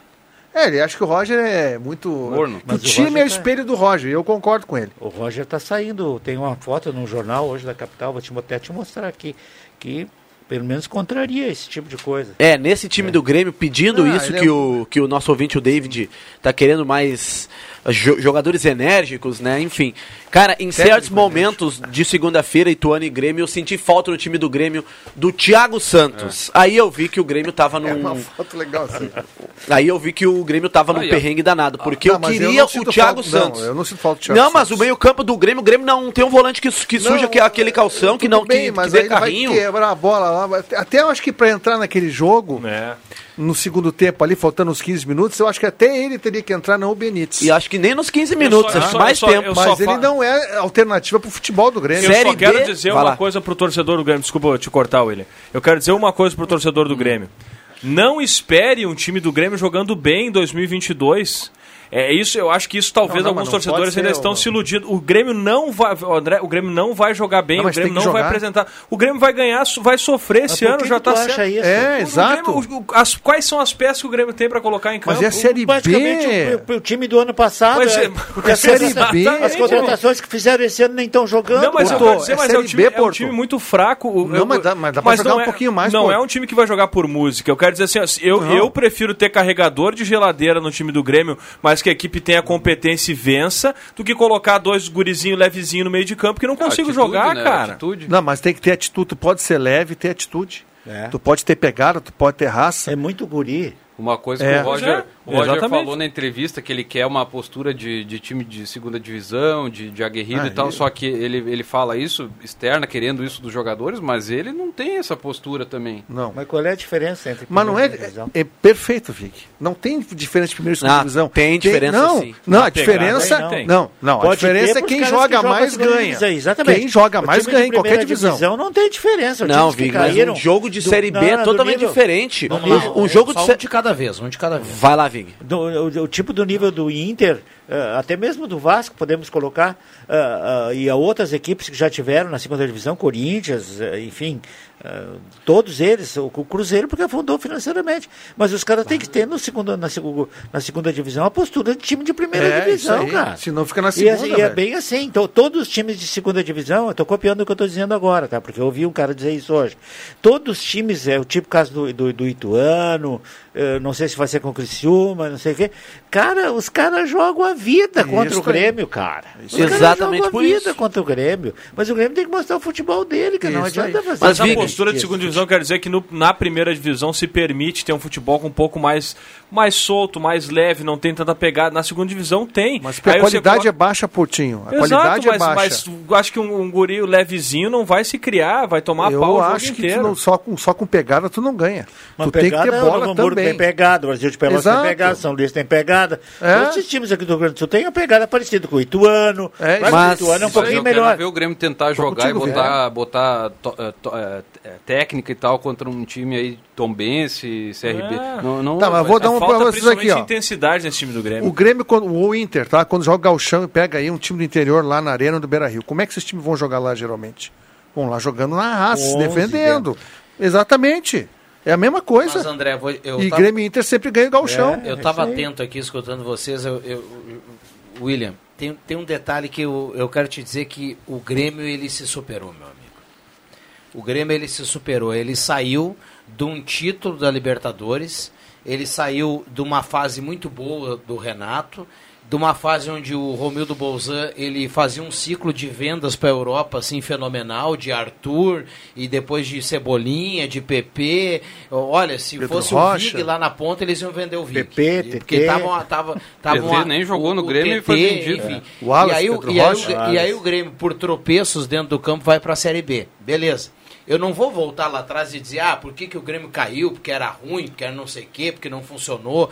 Speaker 6: É, ele acha que o Roger é muito.
Speaker 5: Morno.
Speaker 6: O
Speaker 3: Mas o
Speaker 6: time
Speaker 3: Roger
Speaker 6: é o
Speaker 3: tá-
Speaker 6: espelho do Roger, eu concordo com ele.
Speaker 3: O Roger tá saindo, tem uma foto num jornal hoje da capital, vou te, até te mostrar aqui, que pelo menos contraria esse tipo de coisa.
Speaker 7: É, nesse time do Grêmio, pedindo
Speaker 6: Ah,
Speaker 7: isso
Speaker 6: ele
Speaker 7: que,
Speaker 6: é
Speaker 7: o, que o nosso ouvinte, o David, tá querendo mais ah, jo- jogadores enérgicos, né? Enfim. Cara, em certos momentos de segunda-feira, Ituano e Grêmio, eu senti falta no time do Grêmio do Thiago Santos.
Speaker 6: É.
Speaker 7: Aí eu vi que o Grêmio tava num.
Speaker 6: foto legal assim.
Speaker 7: Aí eu vi que o Grêmio tava num
Speaker 5: Aí, ó.
Speaker 7: perrengue danado, porque
Speaker 6: Não,
Speaker 7: eu
Speaker 6: Ah, mas eu
Speaker 7: queria
Speaker 6: não
Speaker 7: o
Speaker 6: sinto
Speaker 7: Thiago
Speaker 6: falta- não,
Speaker 7: Santos.
Speaker 6: eu não sinto falta do Thiago
Speaker 7: Não, mas o
Speaker 6: Santos.
Speaker 7: meio-campo do Grêmio, o Grêmio não tem um volante que, su- que
Speaker 6: Não,
Speaker 7: suja que- aquele calção, que
Speaker 6: Tudo
Speaker 7: não que,
Speaker 6: bem,
Speaker 7: que
Speaker 6: mas
Speaker 7: dê
Speaker 6: aí ele
Speaker 7: carrinho.
Speaker 6: vai quebrar a bola lá. mas Até eu acho que pra entrar naquele jogo,
Speaker 8: É.
Speaker 6: no segundo tempo ali, faltando uns 15 minutos, eu acho que até ele teria que entrar, não o Benítez.
Speaker 7: E acho que nem nos 15 minutos,
Speaker 8: só- eu
Speaker 7: acho que
Speaker 8: só-
Speaker 7: mais
Speaker 8: eu só-
Speaker 7: tempo.
Speaker 8: eu
Speaker 6: Mas
Speaker 8: só
Speaker 6: ele
Speaker 8: fa-
Speaker 6: não é alternativa pro futebol do Grêmio.
Speaker 8: Eu só
Speaker 7: Série
Speaker 8: quero
Speaker 7: B,
Speaker 8: dizer
Speaker 7: vai
Speaker 8: uma
Speaker 7: lá.
Speaker 8: coisa pro torcedor do Grêmio. Desculpa eu te cortar, William. Eu quero dizer uma coisa pro torcedor
Speaker 6: Hum.
Speaker 8: do Grêmio. Não espere um time do Grêmio jogando bem em 2022. É isso, eu acho que isso talvez
Speaker 6: Não, não,
Speaker 8: alguns
Speaker 6: mas não
Speaker 8: torcedores
Speaker 6: pode ser,
Speaker 8: ainda estão
Speaker 6: ô,
Speaker 8: se iludindo. O Grêmio não vai, o André, o Grêmio não vai jogar bem,
Speaker 6: Não,
Speaker 8: o
Speaker 6: mas
Speaker 8: Grêmio
Speaker 6: tem que
Speaker 8: não vai
Speaker 6: jogar.
Speaker 8: apresentar. O Grêmio vai ganhar, so- vai sofrer
Speaker 3: Mas
Speaker 8: esse
Speaker 3: por
Speaker 8: ano,
Speaker 3: que
Speaker 8: já
Speaker 3: que
Speaker 8: tá
Speaker 3: tu acha isso?
Speaker 6: É,
Speaker 8: O
Speaker 6: exato.
Speaker 8: Grêmio- o- o- as- quais são as peças que o Grêmio tem pra colocar em campo?
Speaker 6: Mas é a Série B.
Speaker 3: Basicamente, o, o time do ano passado.
Speaker 8: Mas é-
Speaker 3: é, porque as,
Speaker 6: Série
Speaker 1: assim.
Speaker 3: contrata-
Speaker 6: B,
Speaker 3: as contratações que fizeram esse ano nem estão jogando.
Speaker 8: Não, mas eu
Speaker 3: cara.
Speaker 8: quero
Speaker 6: Porto,
Speaker 8: dizer,
Speaker 6: é
Speaker 8: mas é,
Speaker 6: Série
Speaker 8: um time,
Speaker 6: B,
Speaker 8: é um
Speaker 6: Porto.
Speaker 8: time muito fraco. o-
Speaker 6: Não,
Speaker 8: eu-
Speaker 6: mas dá- mas dá pra jogar
Speaker 8: não
Speaker 6: um pouquinho mais,
Speaker 8: Não
Speaker 6: pô.
Speaker 8: é um time que vai jogar por música. Eu quero dizer assim, ó, se- eu, eu prefiro ter carregador de geladeira no time do Grêmio, mas que a equipe tenha competência e vença, do que colocar dois gurizinhos levezinhos no meio de campo que não consigo
Speaker 5: Atitude,
Speaker 8: jogar,
Speaker 5: É, né?
Speaker 8: cara.
Speaker 5: Atitude.
Speaker 6: Não, mas tem que ter atitude. Tu pode ser leve e ter atitude.
Speaker 3: É.
Speaker 6: Tu pode ter pegada, tu pode ter raça.
Speaker 3: É muito guri.
Speaker 5: Uma coisa
Speaker 6: É.
Speaker 5: que o Roger,
Speaker 8: Pois é,
Speaker 5: o Roger
Speaker 8: exatamente.
Speaker 5: falou na entrevista que ele quer uma postura de, de time de segunda divisão, de, de aguerrido e tal, só que ele, ele fala isso externa, querendo isso dos jogadores, mas ele não tem essa postura também.
Speaker 6: Não.
Speaker 3: Mas qual é a diferença entre.
Speaker 6: Mas não é,
Speaker 3: primeira divisão?
Speaker 6: é, é perfeito, Vic. Não tem diferença de primeira e segunda
Speaker 7: Ah,
Speaker 6: divisão.
Speaker 7: tem diferença,
Speaker 6: não,
Speaker 7: sim.
Speaker 6: Não, a
Speaker 8: pegada
Speaker 6: diferença.
Speaker 3: aí
Speaker 8: tem.
Speaker 6: Não, não. a
Speaker 3: Pode
Speaker 6: diferença
Speaker 3: ter
Speaker 6: é
Speaker 3: pros
Speaker 6: quem
Speaker 3: caras
Speaker 6: joga
Speaker 3: jogam
Speaker 6: mais
Speaker 3: segunda
Speaker 6: ganha.
Speaker 3: divisão, exatamente.
Speaker 6: Quem joga
Speaker 3: O
Speaker 6: mais
Speaker 3: time de
Speaker 6: ganha em qualquer
Speaker 3: primeira
Speaker 6: divisão.
Speaker 3: Não tem diferença.
Speaker 7: Não,
Speaker 3: times que
Speaker 7: Vig, mas
Speaker 3: caíram
Speaker 7: um jogo de
Speaker 3: do-
Speaker 7: Série
Speaker 3: não,
Speaker 7: B é
Speaker 3: do
Speaker 7: totalmente
Speaker 3: nível-
Speaker 7: diferente.
Speaker 3: Vamos
Speaker 7: Um,
Speaker 3: lá.
Speaker 7: um jogo de
Speaker 1: Só um
Speaker 7: série...
Speaker 1: de cada vez, um de cada vez.
Speaker 7: Vai lá, Vig.
Speaker 3: do- o, o tipo do nível do Inter, eh, eh, até mesmo do Vasco, podemos colocar, ah, ah, e a outras equipes que já tiveram na segunda divisão, Corinthians, eh, enfim, ah, todos eles, o, o Cruzeiro, porque afundou financeiramente. Mas os caras têm que ter no segundo, na, segu- na segunda divisão a postura de time de primeira
Speaker 6: É,
Speaker 3: divisão,
Speaker 6: isso aí.
Speaker 3: cara.
Speaker 6: Senão fica na
Speaker 3: E assim,
Speaker 6: segunda,
Speaker 3: E, é
Speaker 6: velho.
Speaker 3: bem assim. Então, todos os times de segunda divisão, eu tô copiando o que eu tô dizendo agora, tá? Porque eu ouvi um cara dizer isso hoje. Todos os times, é o tipo caso do, do, do Ituano, eh, não sei se vai ser com o Criciúma, não sei o quê. Cara, os caras jogam a vida contra
Speaker 7: Isso
Speaker 3: o Grêmio,
Speaker 7: aí.
Speaker 3: cara. Os
Speaker 7: Isso
Speaker 3: caras
Speaker 7: aí. Exatamente
Speaker 3: jogam
Speaker 7: por
Speaker 3: a vida
Speaker 7: isso.
Speaker 3: contra o Grêmio. Mas o Grêmio tem que mostrar o futebol dele, que não
Speaker 6: Isso
Speaker 3: adianta
Speaker 6: aí.
Speaker 3: fazer
Speaker 8: Mas a
Speaker 3: isso.
Speaker 8: postura de segunda divisão quer dizer que no- na primeira divisão se permite ter um futebol com um pouco mais, mais solto, mais leve, não tem tanta pegada. Na segunda divisão tem.
Speaker 6: Mas porque a
Speaker 8: Aí você
Speaker 6: qualidade
Speaker 8: coloca-
Speaker 6: é baixa, Portinho. A
Speaker 8: Exato,
Speaker 6: qualidade
Speaker 8: mas,
Speaker 6: é baixa.
Speaker 8: mas eu acho que um, um guri levezinho não vai se criar, vai tomar
Speaker 6: eu
Speaker 8: pau o jogo
Speaker 6: acho que tu
Speaker 8: inteiro.
Speaker 6: não- só, com, só com pegada tu não ganha.
Speaker 3: Mas
Speaker 6: tu tem que ter
Speaker 3: pegada, é o
Speaker 6: bola
Speaker 3: Novo Hamburgo
Speaker 6: também.
Speaker 3: tem pegada, o Brasil de Pelotas
Speaker 6: Exato.
Speaker 3: tem pegada, São Luís tem pegada.
Speaker 6: É.
Speaker 3: Todos esses times aqui do Rio Grande do Sul têm a pegada parecida com o Ituano.
Speaker 6: É,
Speaker 3: Claro que
Speaker 7: mas-
Speaker 3: o Ituano é um
Speaker 5: Isso aí
Speaker 3: pouquinho
Speaker 5: eu quero
Speaker 3: melhor.
Speaker 5: ver o Grêmio
Speaker 3: é
Speaker 5: tentar jogar
Speaker 6: contigo,
Speaker 5: e
Speaker 3: né?
Speaker 5: botar, botar to- eh, to- eh, eh, técnica e tal contra um time aí tombense, CRB.
Speaker 8: É.
Speaker 5: Não, não,
Speaker 6: Tá, mas vou dar um pra
Speaker 8: Falta
Speaker 6: vocês
Speaker 8: principalmente
Speaker 6: aqui, ó.
Speaker 8: intensidade nesse time do Grêmio.
Speaker 6: O Grêmio, quando, ou o Inter, tá? Quando joga o Galchão e pega aí um time do interior lá na Arena do Beira Rio, como é que esses times vão jogar lá geralmente? Vão lá jogando na raça, se
Speaker 3: 11
Speaker 6: defendendo. Exatamente. É a mesma coisa.
Speaker 1: Mas, André, vou- eu
Speaker 6: e
Speaker 1: tava- É,
Speaker 6: Grêmio e Inter sempre ganha o Galchão.
Speaker 1: Eu estava atento aqui escutando vocês, eu- eu- eu- William. Tem, tem um detalhe que eu, eu quero te dizer que o Grêmio ele se superou, meu amigo. O Grêmio ele se superou. Ele saiu de um título da Libertadores, ele saiu de uma fase muito boa do Renato, de uma fase onde o Romildo Bolzan ele fazia um ciclo de vendas para a Europa assim fenomenal de Arthur e depois de Cebolinha, de PP. Olha, se
Speaker 6: Pedro
Speaker 1: fosse o
Speaker 6: Rocha.
Speaker 1: Vig lá na ponta, eles iam vender o Vig.
Speaker 3: PP,
Speaker 1: E- Porque
Speaker 3: TT.
Speaker 1: estavam. Tava, tavam
Speaker 5: PT
Speaker 1: a-
Speaker 5: nem jogou no
Speaker 1: o
Speaker 5: Grêmio e foi vendido.
Speaker 1: enfim.
Speaker 6: É. Wallace,
Speaker 1: e, aí, o-
Speaker 6: Pedro
Speaker 1: e, aí, o-
Speaker 6: Rocha.
Speaker 1: e aí o Grêmio, por tropeços dentro do campo, vai pra Série B. Beleza. Eu não vou voltar lá atrás e dizer, ah, por que, que o Grêmio caiu? Porque era ruim, porque era não sei o quê, porque não funcionou.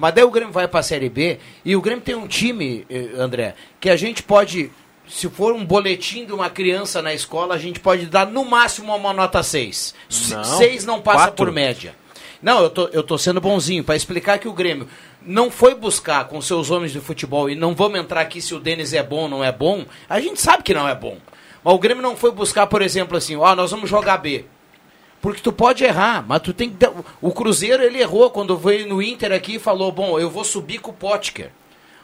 Speaker 1: Mas daí o Grêmio vai pra Série B e o Grêmio tem um time, eh, André, que a gente pode. Se for um boletim de uma criança na escola, a gente pode dar no máximo uma nota 6. 6 não passa
Speaker 8: quatro.
Speaker 1: por média. Não, eu tô, eu tô sendo bonzinho para explicar que o Grêmio não foi buscar com seus homens de futebol e não vamos entrar aqui se o Denis é bom ou não é bom. A gente sabe que não é bom. Mas o Grêmio não foi buscar, por exemplo, assim, ó, nós vamos jogar B. Porque tu pode errar, mas tu tem que dar... O Cruzeiro, ele errou quando veio no Inter aqui e falou, bom, eu vou subir com o Potker.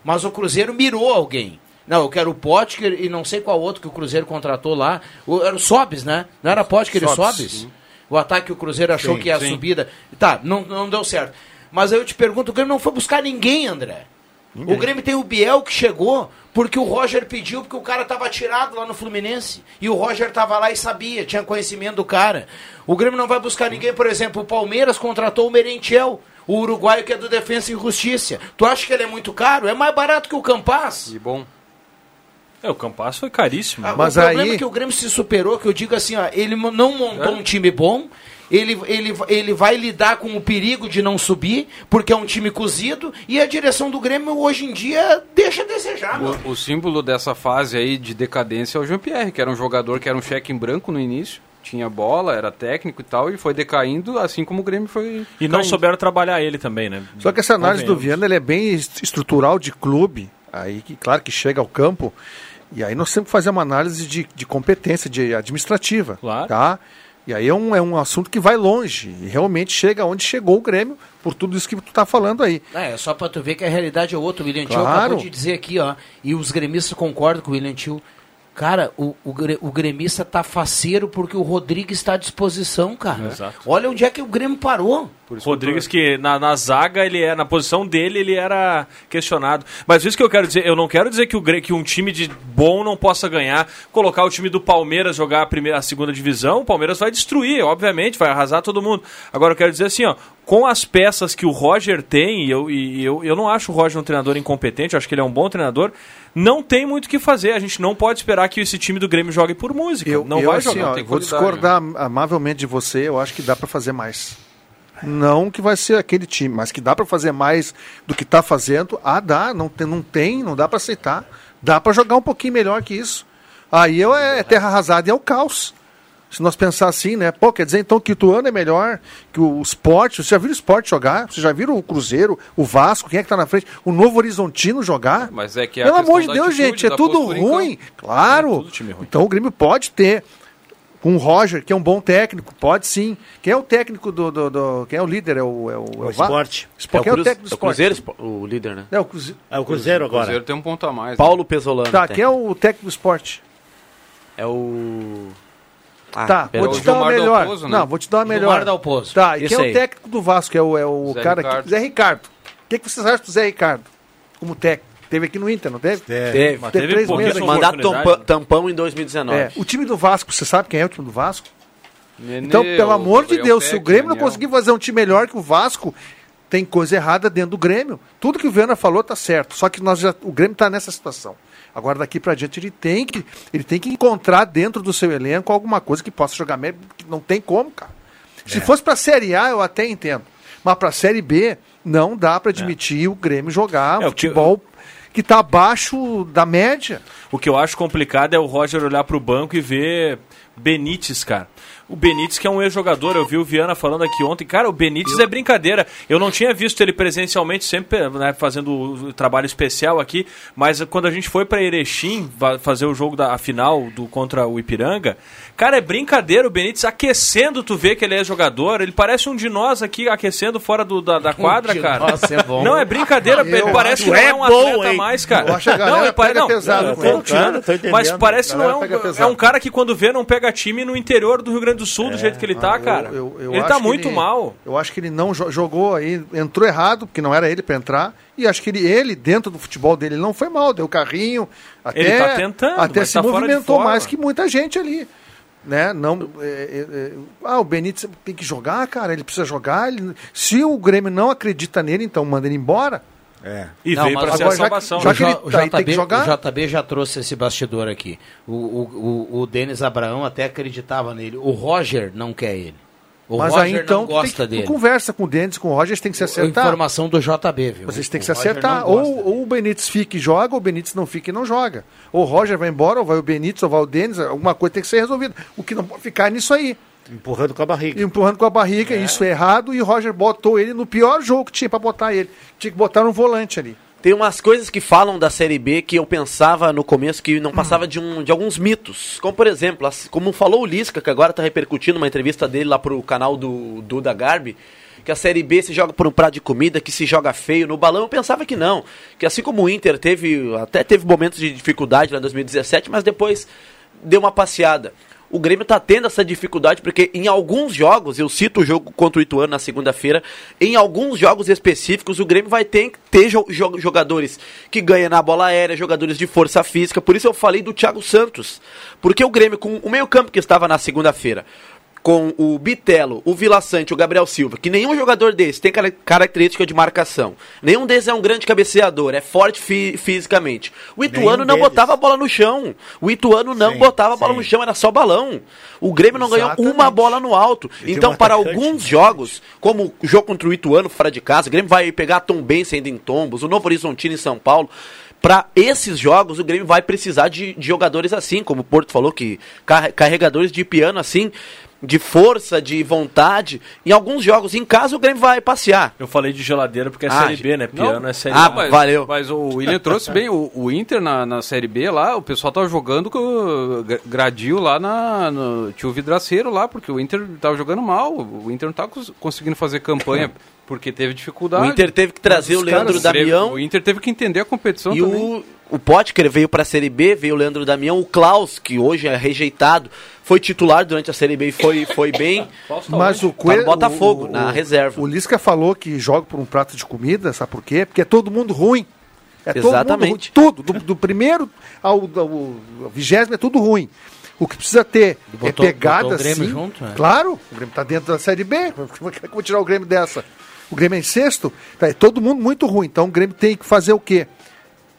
Speaker 1: Mas o Cruzeiro mirou alguém. Não, eu quero o Potker e não sei qual outro que o Cruzeiro contratou lá. O, era o Sobes, né? Não era Potker e
Speaker 6: Sobes,
Speaker 1: Sobes? O ataque que o Cruzeiro achou que ia a subida. Tá, não, não deu certo. Mas aí eu te pergunto, o Grêmio não foi buscar ninguém, André. O Grêmio tem o Biel que chegou porque o Roger pediu, porque o cara tava tirado lá no Fluminense. E o Roger tava lá e sabia, tinha conhecimento do cara. O Grêmio não vai buscar ninguém, por exemplo, o Palmeiras contratou o Merentiel, o uruguaio que é do Defensa e Justiça. Tu acha que ele é muito caro? É mais barato que o Campas?
Speaker 5: E bom.
Speaker 8: É, o Campas foi caríssimo.
Speaker 1: Ah,
Speaker 6: Mas
Speaker 1: o problema
Speaker 6: aí- É.
Speaker 1: é que o Grêmio se superou, que eu digo assim, ó, ele mo- não montou um time bom, ele, ele, ele vai lidar com o perigo de não subir, porque é um time cozido, e a direção do Grêmio hoje em dia deixa a desejar. mano.
Speaker 5: O, o símbolo dessa fase aí de decadência é o Jean-Pierre, que era um jogador que era um cheque em branco no início, tinha bola, era técnico e tal, e foi decaindo, assim como o Grêmio foi.
Speaker 8: E não
Speaker 5: caindo.
Speaker 8: souberam trabalhar ele também, né?
Speaker 6: Só que essa análise do
Speaker 8: Convenhamos.
Speaker 6: Viana ela é bem est- estrutural de clube, aí que claro que chega ao campo, e aí nós temos que fazer uma análise de, de competência, de administrativa,
Speaker 8: Claro.
Speaker 6: tá? E aí é um, é um assunto que vai longe, e realmente chega onde chegou o Grêmio, por tudo isso que tu tá falando aí.
Speaker 1: É, é só pra tu ver que a realidade é outra. O William Tio
Speaker 6: Claro.
Speaker 1: acabou de dizer aqui, ó. E os gremistas concordam com o William Tio. Cara, o, o, gre- o gremista tá faceiro porque o Rodrigues está à disposição, cara.
Speaker 8: Exato.
Speaker 1: Olha onde é que o Grêmio parou.
Speaker 8: Por isso Rodrigues que na, na zaga ele é na posição dele ele era questionado mas isso que eu quero dizer eu não quero dizer que, o, Gre- que um time de bom não possa ganhar colocar o time do Palmeiras jogar a primeira a segunda divisão o Palmeiras vai destruir obviamente vai arrasar todo mundo agora eu quero dizer assim ó com as peças que o Roger tem e eu, e eu, eu não acho o Roger um treinador incompetente eu acho que ele é um bom treinador não tem muito o que fazer a gente não pode esperar que esse time do Grêmio jogue por música não vai
Speaker 6: assim,
Speaker 8: jogar
Speaker 6: ó,
Speaker 5: tem
Speaker 6: vou
Speaker 5: qualidade,
Speaker 8: né?
Speaker 6: discordar amavelmente de você, eu acho que dá para fazer mais. Não que vai ser aquele time, mas que dá para fazer mais do que tá fazendo. Ah, dá, não tem, não, tem, não dá para aceitar. Dá para jogar um pouquinho melhor que isso. Aí eu é, é terra arrasada e é o caos. se nós pensar assim, né? Pô, quer dizer então que o Ituano é melhor que o esporte. Vocês já viram o esporte jogar? Vocês já viram o Cruzeiro, o Vasco, quem é que tá na frente? O Novo Horizontino jogar?
Speaker 5: Mas é que a
Speaker 6: Pelo
Speaker 5: questão
Speaker 6: amor de
Speaker 5: da
Speaker 6: Deus,
Speaker 5: atitude,
Speaker 6: gente, é
Speaker 5: da
Speaker 6: tudo
Speaker 5: postura em campo.
Speaker 6: ruim. Claro.
Speaker 5: É tudo time ruim.
Speaker 6: Então o Grêmio pode ter. Com o Roger, que é um bom técnico, pode sim. Quem é o técnico do. do- do- quem é o líder? É o. É o, é
Speaker 3: O
Speaker 6: o Va-
Speaker 3: esporte.
Speaker 6: Espo- Quem é o técnico
Speaker 7: Cruz-
Speaker 6: do
Speaker 7: é o
Speaker 6: esporte?
Speaker 7: Cruzeiro, espo- o líder, né?
Speaker 6: É o Cruzeiro.
Speaker 3: É o Cruzeiro
Speaker 5: O
Speaker 3: agora.
Speaker 5: Cruzeiro tem um ponto a mais. né?
Speaker 7: Paulo Pesolano.
Speaker 6: Tá,
Speaker 7: tem.
Speaker 6: quem é o técnico do esporte?
Speaker 7: É o... Ah,
Speaker 6: tá,
Speaker 7: pera-
Speaker 6: vou te
Speaker 5: o
Speaker 6: dar uma
Speaker 5: Gilmar Del
Speaker 6: melhor.
Speaker 5: Pozo, né?
Speaker 6: Não, vou te dar uma melhor.
Speaker 1: Gilmar Del Pozo.
Speaker 6: Tá, e
Speaker 7: Esse
Speaker 6: quem é
Speaker 7: aí.
Speaker 6: o técnico do Vasco? É o, é o
Speaker 5: Zé
Speaker 6: cara
Speaker 5: Ricardo.
Speaker 6: aqui. Zé Ricardo. O que, que vocês acham do Zé Ricardo? Como técnico. Teve aqui no Inter, não teve?
Speaker 3: É.
Speaker 7: Teve.
Speaker 8: Mas
Speaker 6: Tem três
Speaker 8: pouquíssima
Speaker 6: meses aqui.
Speaker 7: Mandato
Speaker 8: oportunidade,
Speaker 7: tampa-
Speaker 8: né?
Speaker 7: tampão em 2019.
Speaker 6: É, O time do Vasco, você sabe quem é o time do Vasco?
Speaker 5: Nenê,
Speaker 6: Então, pelo
Speaker 5: o
Speaker 6: amor de
Speaker 5: Gabriel
Speaker 6: Deus, se o
Speaker 5: Peck,
Speaker 6: Grêmio não
Speaker 5: Daniel.
Speaker 6: conseguir fazer um time melhor que o Vasco, tem coisa errada dentro do Grêmio. Tudo que o Viana falou tá certo, só que nós já- o Grêmio tá nessa situação. Agora daqui pra diante ele tem que ele tem que encontrar dentro do seu elenco alguma coisa que possa jogar melhor, porque não tem como, cara.
Speaker 5: É.
Speaker 6: Se fosse pra Série A eu até entendo, mas pra Série B não dá pra admitir o Grêmio jogar um
Speaker 8: É, o que-
Speaker 6: futebol que tá abaixo da média.
Speaker 8: O que eu acho complicado é o Roger olhar pro banco e ver Benítez, cara. O Benítez que é um ex-jogador, eu vi o Viana falando aqui ontem. Cara, o Benítez é brincadeira. Eu não tinha visto ele presencialmente, sempre né, fazendo o trabalho especial aqui, mas quando a gente foi pra Erechim va- fazer o jogo da a final do contra o Ipiranga, cara, é brincadeira o Benítez aquecendo, tu vê que ele é jogador, ele parece um de nós aqui aquecendo fora do- da, da quadra,
Speaker 7: de
Speaker 8: cara.
Speaker 7: nós é bom.
Speaker 8: Não, é brincadeira, ele
Speaker 6: Eu
Speaker 8: parece que
Speaker 3: acho-
Speaker 8: não é
Speaker 3: é
Speaker 8: um
Speaker 3: bom,
Speaker 8: atleta
Speaker 3: hein?
Speaker 8: mais, cara.
Speaker 6: Eu acho que a galera
Speaker 8: ele pare-
Speaker 6: pega pesado
Speaker 8: eu
Speaker 6: com
Speaker 8: tô
Speaker 6: ele.
Speaker 8: tirando,
Speaker 3: Claro, tô entendendo.
Speaker 8: né? mas parece
Speaker 6: A
Speaker 8: não é
Speaker 6: galera
Speaker 8: um,
Speaker 6: pega
Speaker 8: é
Speaker 6: pesado.
Speaker 8: um cara que quando vê não pega time no interior do Rio Grande do Sul, do jeito que ele tá,
Speaker 6: Ah, eu-
Speaker 8: cara.
Speaker 6: eu- eu
Speaker 8: ele
Speaker 6: acho
Speaker 8: tá
Speaker 6: que
Speaker 8: muito
Speaker 6: ele-
Speaker 8: mal.
Speaker 6: Eu acho que ele não jo- jogou aí, entrou errado, porque não era ele pra entrar. E acho que ele, ele, dentro do futebol dele, não foi mal, deu carrinho. Até,
Speaker 8: Ele tá tentando,
Speaker 6: até
Speaker 8: mas
Speaker 6: se
Speaker 8: tá fora de
Speaker 6: movimentou
Speaker 8: forma.
Speaker 6: mais que muita gente ali. Né? Não, é, é, é, ah, o Benítez tem que jogar, cara, ele precisa jogar. ele- se o Grêmio não acredita nele, então manda ele embora.
Speaker 3: É.
Speaker 8: E
Speaker 1: Não,
Speaker 8: veio
Speaker 1: mas
Speaker 8: pra ser a
Speaker 1: agora
Speaker 6: já que-
Speaker 8: salvação.
Speaker 6: já
Speaker 8: né?
Speaker 6: que ele
Speaker 1: o,
Speaker 6: tá aí, tem
Speaker 1: JB,
Speaker 6: que jogar?
Speaker 1: o JB já trouxe esse bastidor aqui. O, o, o, o Denis Abraão até acreditava nele. O Roger não quer ele. O
Speaker 6: Mas
Speaker 1: Roger
Speaker 6: aí então
Speaker 1: não gosta
Speaker 6: tem que, tu
Speaker 1: dele. É
Speaker 6: conversa com o Dennis, com o Rogers, tem que se acertar.
Speaker 1: Informação do JB, viu?
Speaker 6: Vocês têm que se
Speaker 1: Né? O Roger
Speaker 6: acertar.
Speaker 1: não gosta né?
Speaker 6: Ou,
Speaker 1: dele.
Speaker 6: ou o Benítez fica e joga, ou o Benítez não fica e não joga. Ou o Roger vai embora, ou vai o Benítez, ou vai o Denis, alguma coisa tem que ser resolvida. O que não pode ficar é nisso aí.
Speaker 3: Empurrando com a barriga.
Speaker 6: Empurrando com a barriga, isso é errado, e o Roger botou ele no pior jogo que tinha pra botar ele. Tinha que botar um volante ali.
Speaker 7: Tem umas coisas que falam da Série B que eu pensava no começo que não passava de, um, de alguns mitos. Como, por exemplo, as- como falou o Lisca, que agora está repercutindo uma entrevista dele lá pro canal do Duda Garbi, que a Série B se joga por um prato de comida, que se joga feio. No balão eu pensava que não. Que assim como o Inter teve, até teve momentos de dificuldade lá em 2017, mas depois deu uma passeada. O Grêmio está tendo essa dificuldade porque em alguns jogos, eu cito o jogo contra o Ituano na segunda-feira, em alguns jogos específicos o Grêmio vai ter que ter jo- jo- jogadores que ganham na bola aérea, jogadores de força física. Por isso eu falei do Thiago Santos. Porque o Grêmio com o meio-campo que estava na segunda-feira, com o Bitelo, o Vila Sante, o Gabriel Silva, que nenhum jogador desse tem cara- característica de marcação. Nenhum deles é um grande cabeceador, é forte fi- fisicamente. O Ituano não
Speaker 3: deles.
Speaker 7: botava a bola no chão. O Ituano não
Speaker 3: Sim,
Speaker 7: Então, botava a bola
Speaker 3: sim.
Speaker 7: no chão, era só balão. O Grêmio não ganhou
Speaker 3: Exatamente.
Speaker 7: uma bola no alto.
Speaker 3: E tem
Speaker 7: então,
Speaker 3: um
Speaker 7: para
Speaker 3: atacante,
Speaker 7: alguns
Speaker 3: né?
Speaker 7: jogos, como o jogo contra o Ituano fora de casa, o Grêmio vai pegar a Tombense ainda em Tombos, o Novo Horizontino em São Paulo. Para esses jogos, o Grêmio vai precisar de, de jogadores assim, como o Porto falou, que car- carregadores de piano assim, de força, de vontade. Em alguns jogos, em casa, o Grêmio vai passear.
Speaker 8: Eu falei de geladeira porque é
Speaker 7: Ah,
Speaker 8: Série B, né? Piano é Série
Speaker 7: Ah,
Speaker 8: A.
Speaker 7: mas- Valeu.
Speaker 5: Mas o William trouxe bem o, o Inter na, na Série B lá, o pessoal tava jogando com o gra- gradil lá na, no tio Vidraceiro lá, porque o Inter tava jogando mal, o Inter não tava cons- conseguindo fazer campanha porque teve dificuldade.
Speaker 7: O Inter teve que trazer
Speaker 5: Os
Speaker 7: o Leandro
Speaker 5: caras-
Speaker 7: Damião.
Speaker 5: O Inter teve que entender a competição
Speaker 7: E
Speaker 5: também.
Speaker 7: o, o Potker veio pra Série B, veio o Leandro Damião, o Klaus, que hoje é rejeitado, foi titular durante a Série B e foi, foi bem.
Speaker 6: Mas o
Speaker 7: Tá
Speaker 6: Coelho.
Speaker 7: no Botafogo,
Speaker 6: o-
Speaker 7: na
Speaker 6: o-
Speaker 7: reserva.
Speaker 6: O Lisca falou que joga por um prato de comida, sabe por quê? Porque é todo mundo ruim. É
Speaker 7: Exatamente.
Speaker 6: todo mundo ruim. Tudo. Do, do primeiro ao, ao- ao vigésimo é tudo ruim. O que precisa ter é
Speaker 1: Botou- botou
Speaker 6: pegada
Speaker 1: o Grêmio
Speaker 6: sim.
Speaker 1: junto, né?
Speaker 6: É Claro, o Grêmio tá dentro da Série B. Como é que eu vou tirar o Grêmio dessa? O Grêmio é em sexto, tá, é todo mundo muito ruim. Então o Grêmio tem que fazer o quê?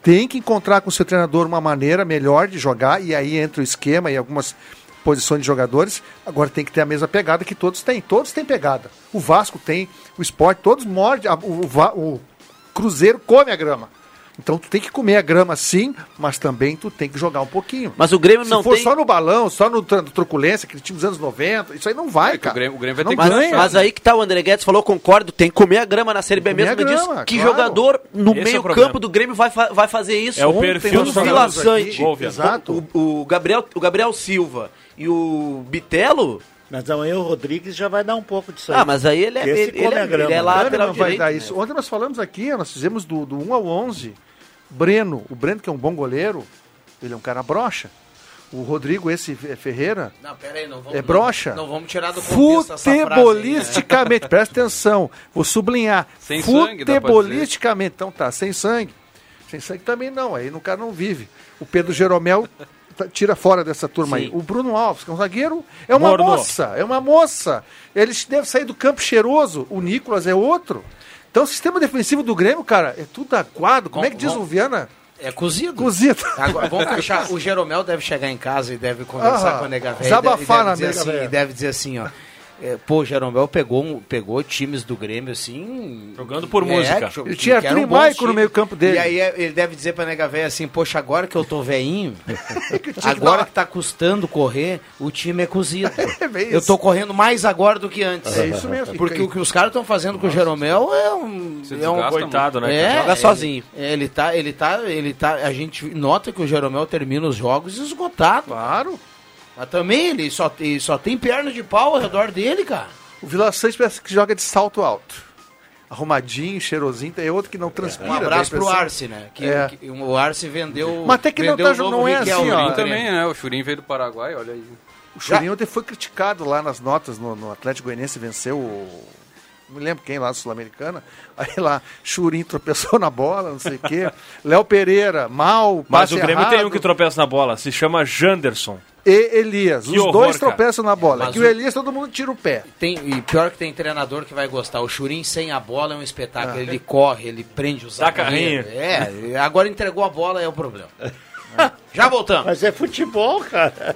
Speaker 6: Tem que encontrar com o seu treinador uma maneira melhor de jogar, e aí entra o esquema e algumas posições de jogadores. Agora tem que ter a mesma pegada que todos têm. Todos têm pegada. O Vasco tem, o Sport, todos mordem. a- O, o Va- o Cruzeiro come a grama. Então tu tem que comer a grama sim, mas também tu tem que jogar um pouquinho.
Speaker 7: Mas o Grêmio
Speaker 6: Se
Speaker 7: não
Speaker 6: for
Speaker 7: tem.
Speaker 6: só no balão, só no tru- truculência, aquele time dos anos 90, isso aí não vai,
Speaker 5: É que
Speaker 6: cara.
Speaker 5: o Grêmio- o Grêmio vai
Speaker 6: Não
Speaker 5: ter que
Speaker 7: Mas,
Speaker 5: ganha.
Speaker 7: mas aí que tá, o André Guedes falou, concordo, tem que comer a grama na Série B
Speaker 6: né? Comer
Speaker 7: mesmo.
Speaker 6: a
Speaker 7: disso.
Speaker 6: grama,
Speaker 7: que
Speaker 6: claro.
Speaker 7: jogador no
Speaker 8: Esse é o
Speaker 7: meio-campo
Speaker 8: problema.
Speaker 7: do Grêmio vai, fa- vai fazer isso?
Speaker 8: É o
Speaker 7: Ontem
Speaker 8: perfil
Speaker 7: nós
Speaker 8: dos
Speaker 7: Vila
Speaker 8: jogadores
Speaker 6: aqui.
Speaker 7: Sante,
Speaker 8: Gol, Viana.
Speaker 6: Exato.
Speaker 7: o, o Gabriel, o Gabriel Silva e o Bitelo.
Speaker 3: Mas amanhã o Rodrigues já vai dar um pouco disso aí.
Speaker 7: Ah, mas aí ele é,
Speaker 3: Esse
Speaker 7: ele,
Speaker 3: come
Speaker 7: ele é,
Speaker 3: a grama.
Speaker 7: ele é
Speaker 6: Grêmio
Speaker 7: lateral
Speaker 6: não vai
Speaker 7: direito.
Speaker 6: dar
Speaker 7: né?
Speaker 6: isso. Ontem nós falamos aqui, nós fizemos do, do 1 ao 11, Breno, o Breno que é um bom goleiro, ele é um cara brocha. O Rodrigo, esse Fe- Ferreira,
Speaker 1: Não, peraí, não vamos.
Speaker 6: É broxa?
Speaker 1: Não, não vamos tirar do contexto essa frase. aí, né?
Speaker 6: Futebolisticamente, presta atenção, vou sublinhar.
Speaker 5: Sem sangue, dá pra dizer.
Speaker 6: Futebolisticamente, então tá, sem sangue. Sem sangue também não, aí no cara não vive. O Pedro Jeromel tá- tira fora dessa turma aí. O Bruno Alves, que é um zagueiro, é uma
Speaker 8: Morno.
Speaker 6: moça, é uma moça. Ele deve sair do campo cheiroso, o Nicolas é outro. Então o sistema defensivo do Grêmio, cara, é tudo aguado. Como é que diz
Speaker 1: Bom,
Speaker 6: o Viana?
Speaker 1: É cozido.
Speaker 6: Cozido.
Speaker 1: Agora, vamos fechar. O Jeromel deve chegar em casa e deve conversar
Speaker 6: Ah,
Speaker 1: com a Nega Velha.
Speaker 6: desabafar
Speaker 1: e deve
Speaker 6: na Nega
Speaker 1: dizer assim,
Speaker 6: Velha.
Speaker 1: E deve dizer assim, ó. é, pô, Jeromel pegou, um- pegou times do Grêmio, assim...
Speaker 8: Jogando por
Speaker 1: é,
Speaker 8: música.
Speaker 1: que-
Speaker 6: Ele
Speaker 1: que-
Speaker 6: tinha
Speaker 1: que eram
Speaker 6: Arthur e
Speaker 1: bons
Speaker 6: Maico no
Speaker 1: times.
Speaker 6: meio-campo dele.
Speaker 1: E aí é, ele deve dizer pra Nega Velha assim, poxa, agora que eu tô veinho,
Speaker 6: tinha que
Speaker 1: agora
Speaker 6: dar-
Speaker 1: que tá custando correr, o time é cozido.
Speaker 6: É bem
Speaker 1: eu
Speaker 6: isso.
Speaker 1: tô correndo mais agora do que antes.
Speaker 6: É isso mesmo.
Speaker 1: Porque o que os caras estão fazendo com o Jeromel é um...
Speaker 5: Se
Speaker 1: é um
Speaker 5: desgasta
Speaker 8: Coitado, né?
Speaker 1: é,
Speaker 8: cara?
Speaker 7: Joga
Speaker 1: ele-
Speaker 7: sozinho.
Speaker 1: é, Ele tá, ele tá, ele tá. A gente nota que o Jeromel termina os jogos esgotado.
Speaker 6: Claro.
Speaker 1: Mas também ele só, ele só tem perna de pau ao redor dele, cara.
Speaker 6: O Vila Santos parece que joga de salto alto. Arrumadinho, cheirosinho. Tem outro que não transpira.
Speaker 1: Um
Speaker 6: dá a
Speaker 1: abraço pro
Speaker 6: impressão.
Speaker 1: Arce, né? Que,
Speaker 6: É.
Speaker 1: que- o Arce vendeu.
Speaker 6: Mas até que não
Speaker 1: vendeu
Speaker 6: tá
Speaker 1: o
Speaker 6: jo-
Speaker 1: novo
Speaker 6: não é
Speaker 1: Riquelme
Speaker 6: assim,
Speaker 1: pro
Speaker 6: ó.
Speaker 5: Churin
Speaker 1: Grêmio.
Speaker 5: também, né? O Churin veio do Paraguai, olha aí.
Speaker 6: O Churinho ontem foi criticado lá nas notas no, no Atlético Goianiense, venceu o... Não me lembro quem lá, Sul-Americana. Aí lá, Churinho tropeçou na bola, não sei o quê. Léo Pereira, mal,
Speaker 8: Mas
Speaker 6: passe
Speaker 8: o Grêmio
Speaker 6: errado.
Speaker 8: tem um que tropeça na bola, se chama Janderson.
Speaker 6: E Elias.
Speaker 8: Que
Speaker 6: Os
Speaker 8: horror,
Speaker 6: dois
Speaker 8: cara.
Speaker 6: tropeçam na bola.
Speaker 1: Mas
Speaker 6: Que
Speaker 1: o-
Speaker 6: o Elias todo mundo tira o pé.
Speaker 1: Tem, e pior que tem treinador que vai gostar. O Churin sem a bola é um espetáculo. Ele corre, ele prende os
Speaker 8: Dá carrinho.
Speaker 1: É, agora entregou a bola, é o problema. Já voltamos.
Speaker 3: Mas é futebol, cara.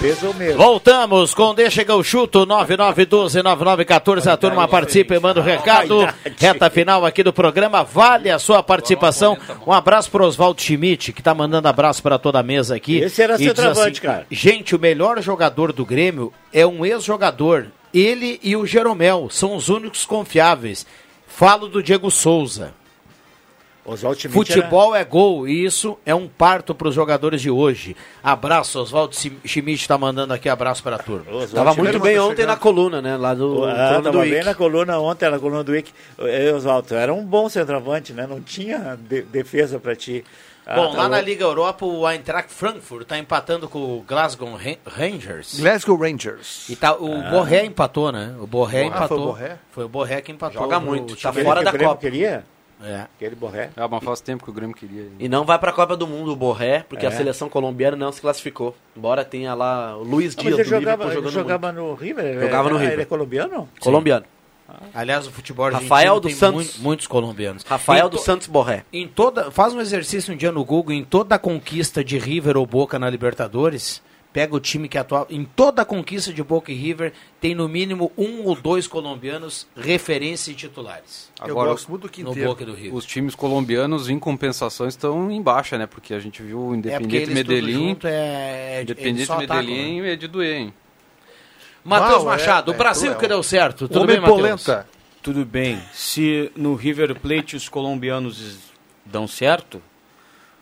Speaker 3: Peso ou mesmo.
Speaker 1: Voltamos com Deixa que eu chuto 9912-9914. A turma participa e manda o recado. Reta final aqui do programa. Vale a sua participação. Um abraço para Oswaldo Schmidt, que tá mandando abraço para toda a mesa aqui.
Speaker 3: Esse era
Speaker 1: E diz assim,
Speaker 3: centroavante, cara.
Speaker 1: Gente, o melhor jogador do Grêmio é um ex-jogador. Ele e o Jeromel são os únicos confiáveis. Falo do Diego Souza.
Speaker 3: Oswald Schmidt
Speaker 1: Futebol é gol e isso é um parto para os jogadores de hoje. Abraço, Oswaldo Sim- Schmidt está mandando aqui abraço para a turma.
Speaker 3: Era... Oswald
Speaker 7: Tava
Speaker 3: Schmidt
Speaker 7: muito
Speaker 3: era-
Speaker 7: bem ontem na coluna, né? Lá do, coluna
Speaker 3: Ah,
Speaker 7: do
Speaker 3: tava bem
Speaker 7: Wiki.
Speaker 3: na coluna ontem, na coluna do Wick. Oswaldo, era um bom centroavante, né? Não tinha de- defesa pra ti. Ah,
Speaker 1: Bom,
Speaker 3: tá
Speaker 1: lá na
Speaker 3: louco.
Speaker 1: Liga Europa, o Eintracht Frankfurt está empatando com o Glasgow Ran- Rangers.
Speaker 6: Glasgow Rangers.
Speaker 1: E tá, o
Speaker 7: Ah.
Speaker 1: Borré empatou, né? O Borré
Speaker 6: Ah,
Speaker 1: empatou.
Speaker 6: foi o Borré?
Speaker 1: Foi o Borré que empatou.
Speaker 7: Joga
Speaker 1: o-
Speaker 7: muito,
Speaker 1: o
Speaker 7: tá
Speaker 1: time-
Speaker 3: Aquele
Speaker 7: fora
Speaker 3: que
Speaker 7: da
Speaker 3: o Grêmio
Speaker 7: Copa.
Speaker 3: queria?
Speaker 1: É.
Speaker 3: Aquele borré.
Speaker 5: Ah, mas faz tempo que o Grêmio queria. hein?
Speaker 7: E não vai pra Copa do Mundo o Borré, porque
Speaker 5: É.
Speaker 7: a seleção colombiana não se classificou. Embora tenha lá o Luiz
Speaker 3: Ah,
Speaker 7: Dias
Speaker 3: mas ele
Speaker 7: do Liverpool
Speaker 3: jogava, ele
Speaker 7: jogando muito.
Speaker 3: jogava no River? ele
Speaker 7: Jogava no
Speaker 3: era- Ele
Speaker 7: River.
Speaker 3: é colombiano?
Speaker 7: Colombiano.
Speaker 1: Aliás, o futebol argentino
Speaker 7: Rafael
Speaker 1: tem
Speaker 7: dos Santos.
Speaker 1: mui- muitos colombianos.
Speaker 7: Rafael
Speaker 1: Em
Speaker 7: dos
Speaker 1: to-
Speaker 7: Santos Borré.
Speaker 1: Em toda, faz um exercício um dia no Google, em toda a conquista de River ou Boca na Libertadores, pega o time que atua. Em toda a conquista de Boca e River, tem no mínimo um ou dois colombianos referência e titulares.
Speaker 6: eu
Speaker 5: Agora,
Speaker 6: gosto muito do
Speaker 1: No
Speaker 6: Quinteiro.
Speaker 1: Boca e do River.
Speaker 5: os times colombianos, em compensação, estão em baixa, né? Porque a gente viu o
Speaker 1: É porque
Speaker 5: Independente
Speaker 1: eles tudo
Speaker 5: Medellín.
Speaker 1: junto é... eles
Speaker 5: Independente
Speaker 1: só atacam,
Speaker 5: Medellín
Speaker 1: né?
Speaker 5: é de doer, hein?
Speaker 1: Matheus
Speaker 6: Uau,
Speaker 1: Machado,
Speaker 6: é,
Speaker 1: o
Speaker 6: é
Speaker 1: Brasil
Speaker 6: cruel.
Speaker 1: que deu certo. Tudo
Speaker 6: Homem
Speaker 1: bem, Matheus?
Speaker 6: polenta.
Speaker 9: Tudo bem. Se no River Plate os colombianos es- dão certo,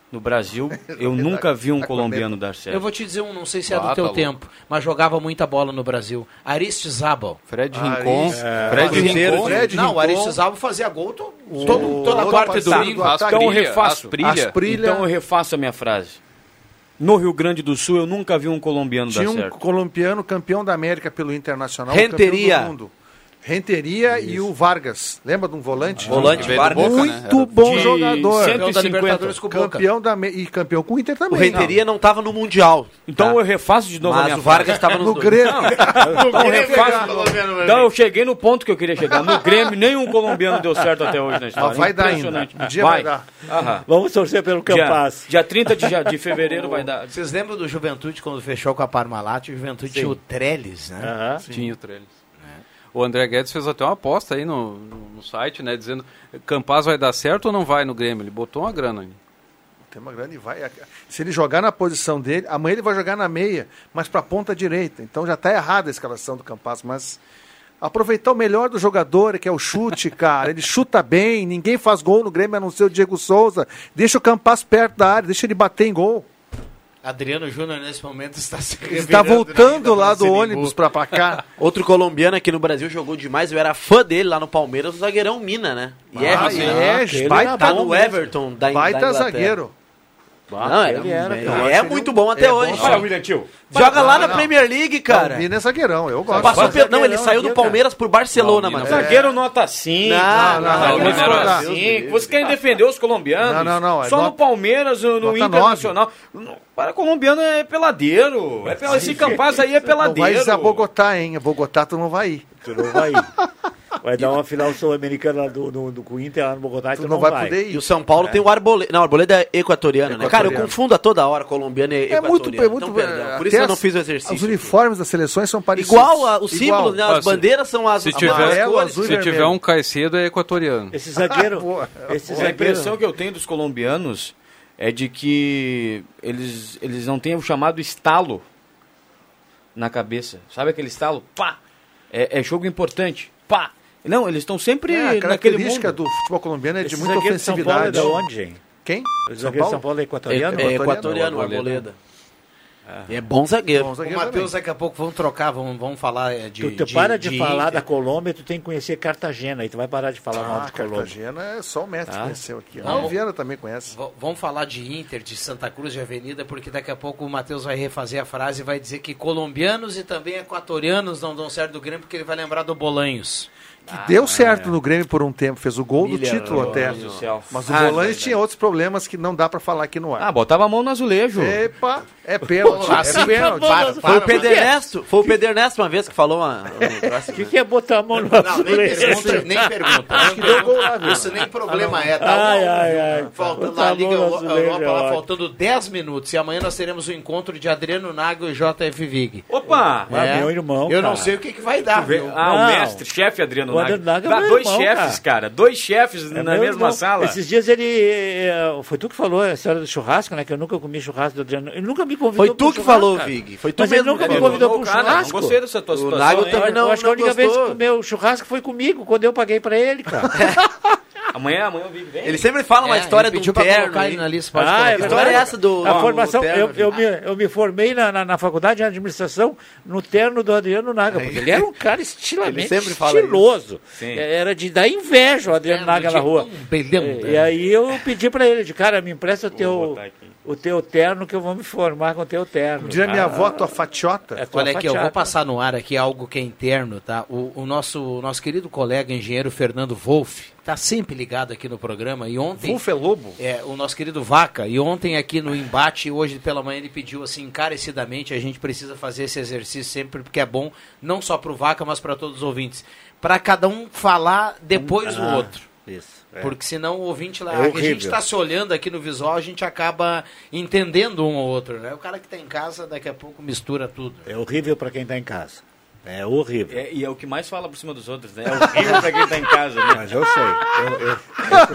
Speaker 9: no Brasil eu nunca vi um
Speaker 6: Tá com
Speaker 9: colombiano dar
Speaker 1: Eu
Speaker 9: certo.
Speaker 1: vou te dizer um, não sei se é do teu
Speaker 5: Ah, tá louco.
Speaker 1: tempo, mas jogava muita bola no Brasil. Aristizábal.
Speaker 5: Fred
Speaker 6: Ah,
Speaker 5: Rincon.
Speaker 6: isso.
Speaker 5: Fred
Speaker 6: Cruzeiro,
Speaker 5: Rincon.
Speaker 6: Fred
Speaker 1: não, o
Speaker 6: Rincon.
Speaker 1: Aristizábal fazia gol to- todo, toda
Speaker 6: todo
Speaker 1: quarta e
Speaker 6: passado
Speaker 1: domingo.
Speaker 6: do ataque.
Speaker 9: Então eu
Speaker 5: Asprilha,
Speaker 9: refaço.
Speaker 5: Asprilha.
Speaker 6: Asprilha.
Speaker 9: Então eu refaço a minha frase. No Rio Grande do Sul eu nunca vi um colombiano
Speaker 6: Tinha
Speaker 9: dar
Speaker 6: um
Speaker 9: certo.
Speaker 6: colombiano campeão da América pelo Internacional,
Speaker 7: Renteria.
Speaker 6: campeão do mundo. Renteria e o Vargas. Lembra de um volante?
Speaker 7: Ah, Volante,
Speaker 6: Que veio do
Speaker 7: Vargas.
Speaker 6: Boca, né? Muito bom
Speaker 7: De
Speaker 6: jogador.
Speaker 7: 150. Campeão da Libertadores com o Boca.
Speaker 6: Campeão da Me- E campeão com o Inter também.
Speaker 7: O Renteria não estava no Mundial.
Speaker 9: Então
Speaker 5: Tá.
Speaker 9: eu refaço de novo
Speaker 7: Mas
Speaker 9: a minha
Speaker 7: o
Speaker 9: frase.
Speaker 7: Vargas estava nos
Speaker 6: No
Speaker 7: dois.
Speaker 6: Grêmio.
Speaker 9: Então eu refaço de novo.
Speaker 7: Grêmio.
Speaker 9: Então eu cheguei no ponto que eu queria chegar. No Grêmio, nenhum colombiano deu certo até hoje na história.
Speaker 6: Mas vai dar ainda.
Speaker 9: Impressionante.
Speaker 6: Um dia vai, dar.
Speaker 9: Aham.
Speaker 3: Vamos torcer pelo
Speaker 9: Dia,
Speaker 3: Campas.
Speaker 9: dia 30 de, ja- de fevereiro vai dar.
Speaker 1: Vocês lembram do Juventude quando fechou com a Parmalat? O Juventude tinha o Trellis, né?
Speaker 3: Aham.
Speaker 5: Tinha o Trellis. O André Guedes fez até uma aposta aí no, no no site, né? Dizendo, Campaz vai dar certo ou não vai no Grêmio? Ele botou uma grana ali.
Speaker 6: Tem uma grande vai. Se ele jogar na posição dele, amanhã ele vai jogar na meia, mas para ponta direita. Então já está errada a escalação do Campas, mas aproveitar o melhor do jogador, que é o chute, cara. Ele chuta bem, ninguém faz gol no Grêmio a não ser o Diego Souza. Deixa o Campas perto da área, deixa ele bater em gol.
Speaker 1: Adriano Júnior, nesse momento, está se
Speaker 6: Ele está
Speaker 1: revirando ainda
Speaker 6: voltando lá
Speaker 1: pra
Speaker 6: do
Speaker 1: Sinimbu.
Speaker 6: ônibus para pra cá.
Speaker 7: Outro colombiano aqui no Brasil jogou demais, eu era fã dele lá no Palmeiras, o zagueirão Mina, né? E é,
Speaker 6: Ah, é, vai
Speaker 7: tá no Everton da, da
Speaker 6: Baita
Speaker 7: Inglaterra.
Speaker 6: zagueiro.
Speaker 7: Não, era,
Speaker 3: Ele era,
Speaker 7: é,
Speaker 3: cara.
Speaker 7: é muito bom até
Speaker 6: É bom,
Speaker 7: hoje.
Speaker 6: cara.
Speaker 9: William Tio.
Speaker 7: Joga lá
Speaker 6: Não,
Speaker 7: na
Speaker 6: não.
Speaker 7: Premier League,
Speaker 6: Cara.
Speaker 7: cara.
Speaker 6: Vina é zagueirão, eu gosto.
Speaker 7: Passou pelo, não,
Speaker 3: zagueirão
Speaker 7: ele saiu do
Speaker 3: aqui, cara.
Speaker 7: Palmeiras pro Barcelona, mano.
Speaker 9: É. Zagueiro nota 5.
Speaker 7: Não, não,
Speaker 6: não,
Speaker 9: Vamos
Speaker 6: não, não,
Speaker 9: discordar.
Speaker 7: não.
Speaker 9: Cinco. Vocês querem defender os colombianos?
Speaker 6: Não, não, não, é
Speaker 9: Só no
Speaker 6: nota-
Speaker 9: Palmeiras, no, no
Speaker 6: nota
Speaker 9: Internacional. Não, Para colombiano é peladeiro. É pela- esse Campaz aí é
Speaker 6: Não
Speaker 9: peladeiro.
Speaker 6: vai a Bogotá, hein? A Bogotá tu não vai ir.
Speaker 3: Tu não vai ir. Vai dar uma final sul-americana lá do, do, do, com o Inter lá no Bogotá.
Speaker 6: Tu, não, vai, poder ir.
Speaker 7: E o São Paulo tem o Arboleda. Não, o Arboleda é equatoriano, né? Cara, eu
Speaker 6: Equatoriano.
Speaker 7: confundo a toda hora colombiano e
Speaker 6: É muito,
Speaker 7: equatoriano.
Speaker 6: é muito
Speaker 7: Então, perdão.
Speaker 6: até
Speaker 7: Por isso eu não
Speaker 6: as-
Speaker 7: fiz o
Speaker 6: Os
Speaker 7: exercício.
Speaker 6: uniformes das seleções são parecidos.
Speaker 7: Igual a,
Speaker 6: Igual.
Speaker 7: os
Speaker 6: É,
Speaker 7: símbolos, né?
Speaker 5: Ah,
Speaker 7: As
Speaker 5: se-
Speaker 7: bandeiras são as
Speaker 5: se
Speaker 7: as
Speaker 5: tiver-
Speaker 7: cores.
Speaker 6: Amarelo, azul e
Speaker 5: Se
Speaker 6: vermelho.
Speaker 5: tiver um Caicedo, é equatoriano.
Speaker 3: Esse zagueiro.
Speaker 6: Boa.
Speaker 3: esse
Speaker 9: A impressão
Speaker 3: zagueiro.
Speaker 9: que eu tenho dos colombianos é de que eles, eles não têm o chamado estalo na cabeça. Sabe aquele estalo? Pá! É, é jogo importante. Pá! Não, eles estão sempre
Speaker 6: É, a
Speaker 9: naquele mundo.
Speaker 6: característica do futebol colombiano é de
Speaker 3: Esse
Speaker 6: muita
Speaker 3: zagueiro de São Paulo é
Speaker 6: ofensividade.
Speaker 3: da onde, hein?
Speaker 6: Quem?
Speaker 3: O zagueiro de São Paulo é equatoriano?
Speaker 7: É equatoriano, o Arboleda. E É bom zagueiro.
Speaker 6: Bom,
Speaker 1: O
Speaker 6: zagueiro
Speaker 1: Matheus,
Speaker 6: também.
Speaker 1: daqui a pouco, vão trocar, vão, vão falar é, de.
Speaker 3: Tu, tu para de, falar
Speaker 1: Inter.
Speaker 3: da Colômbia, tu tem que conhecer Cartagena. E tu vai parar de falar o nome
Speaker 6: Ah,
Speaker 3: de Colômbia.
Speaker 6: Cartagena é só o mestre que conheceu aqui.
Speaker 1: Não.
Speaker 6: Ah, o Viana também conhece.
Speaker 1: V- Vamos falar de Inter, de Santa Cruz de Avenida, porque daqui a pouco o Matheus vai refazer a frase e vai dizer que colombianos e também equatorianos não dão certo do Grêmio, porque ele vai lembrar do Bolanhos.
Speaker 6: Que deu certo no Grêmio por um tempo, fez o gol do título até.
Speaker 9: Deus do céu.
Speaker 6: Mas o
Speaker 9: Ah,
Speaker 6: volante tinha outros problemas que não dá pra falar aqui no
Speaker 9: Ah,
Speaker 6: ar.
Speaker 9: botava a mão no azulejo.
Speaker 6: Epa, é pênalti. é pênalti.
Speaker 7: Foi o Pedernesto, foi o Pedernesto uma vez que falou uma... um troço,
Speaker 3: O
Speaker 7: né?
Speaker 3: que, que é botar a mão no
Speaker 1: Não, nem pergunta, nem pergunta. Isso nem problema é. Tá,
Speaker 3: Ai, ai, ai. Tá
Speaker 1: Faltando
Speaker 3: Botar
Speaker 1: na
Speaker 3: a mão
Speaker 1: Liga
Speaker 3: no
Speaker 1: Euro-
Speaker 3: azulejo,
Speaker 1: Europa, lá
Speaker 3: ó.
Speaker 1: faltando 10 minutos. E amanhã nós teremos o encontro de Adriano Nago e JF Vig.
Speaker 7: É.
Speaker 9: Opa!
Speaker 3: Ah, meu irmão,
Speaker 1: Eu não
Speaker 3: cara.
Speaker 1: sei o que, que vai dar. viu?
Speaker 9: Ah,
Speaker 3: Não.
Speaker 9: o mestre, chefe Adriano
Speaker 3: O Adriano
Speaker 9: Naga.
Speaker 3: Naga é
Speaker 9: Dá
Speaker 3: meu
Speaker 9: dois
Speaker 3: irmão,
Speaker 9: chefes, cara. Dois chefes
Speaker 3: É
Speaker 9: na
Speaker 3: meu
Speaker 9: mesma
Speaker 3: irmão.
Speaker 9: sala.
Speaker 3: Esses dias ele. eh, Foi tu que falou a história do churrasco, né? Que eu nunca comi churrasco do Adriano. Ele nunca me convidou.
Speaker 7: Foi
Speaker 3: pro
Speaker 7: tu que
Speaker 3: churrasco,
Speaker 7: falou,
Speaker 3: cara.
Speaker 7: Vig. Foi tu
Speaker 3: Mas ele
Speaker 7: mesmo.
Speaker 3: nunca
Speaker 7: que
Speaker 3: me
Speaker 7: falou.
Speaker 3: convidou pro
Speaker 9: Cara,
Speaker 3: churrasco.
Speaker 9: Não gostei dessa tua situação.
Speaker 7: Nago
Speaker 9: hein?
Speaker 7: Ah, também.
Speaker 3: Eu
Speaker 7: Não,
Speaker 3: acho que
Speaker 7: não
Speaker 3: a única vez que
Speaker 7: gostou.
Speaker 3: comeu churrasco foi comigo, quando eu paguei pra ele, cara.
Speaker 9: Amanhã, amanhã eu vivo. Vem.
Speaker 7: Ele sempre fala uma
Speaker 1: É,
Speaker 7: história
Speaker 1: ele
Speaker 7: do
Speaker 1: pediu pra
Speaker 7: terno.
Speaker 1: colocar ele
Speaker 7: hein?
Speaker 1: na lista, pode
Speaker 3: Ah,
Speaker 1: colocar.
Speaker 3: é
Speaker 7: Que história
Speaker 3: verdade.
Speaker 7: é essa do...
Speaker 3: A
Speaker 7: do
Speaker 3: formação,
Speaker 7: terno, né?
Speaker 3: eu,
Speaker 7: Vig?
Speaker 3: eu, me, eu me formei na, na, na faculdade de administração no terno do Adriano Naga, porque ele era um cara estilamente
Speaker 7: Ele sempre fala
Speaker 3: estiloso.
Speaker 9: Sim.
Speaker 3: É, Era de dar inveja o Adriano Naga na rua.
Speaker 1: Um bilhão.
Speaker 3: E, e aí eu pedi pra ele, de cara, me empresta o teu,
Speaker 9: botar aqui.
Speaker 3: o teu terno que eu vou me formar com o teu terno. É
Speaker 6: Diria minha avó, tua fatiota.
Speaker 3: tua
Speaker 1: Olha aqui, é eu vou
Speaker 3: fatiada.
Speaker 1: passar no ar aqui algo que é interno, tá? O, o nosso, o nosso querido colega engenheiro Fernando Wolff tá sempre ligado aqui no programa e ontem...
Speaker 6: Wolf é lobo.
Speaker 1: É, o nosso querido Vaca, e ontem aqui no embate, hoje pela manhã ele pediu assim encarecidamente, a gente precisa fazer esse exercício sempre porque é bom, não só pro Vaca, mas para todos os ouvintes, para cada um falar depois do outro.
Speaker 3: Isso.
Speaker 1: Porque senão o ouvinte lá,
Speaker 3: É
Speaker 1: a gente
Speaker 3: horrível.
Speaker 1: está se olhando aqui no visual, a gente acaba entendendo um ou outro, né? O cara que tá em casa daqui a pouco mistura tudo.
Speaker 3: É horrível pra quem tá em casa. É horrível.
Speaker 9: É, e é o que mais fala por cima dos outros, né? É horrível pra quem tá em casa, né?
Speaker 3: Mas eu sei. Eu, eu-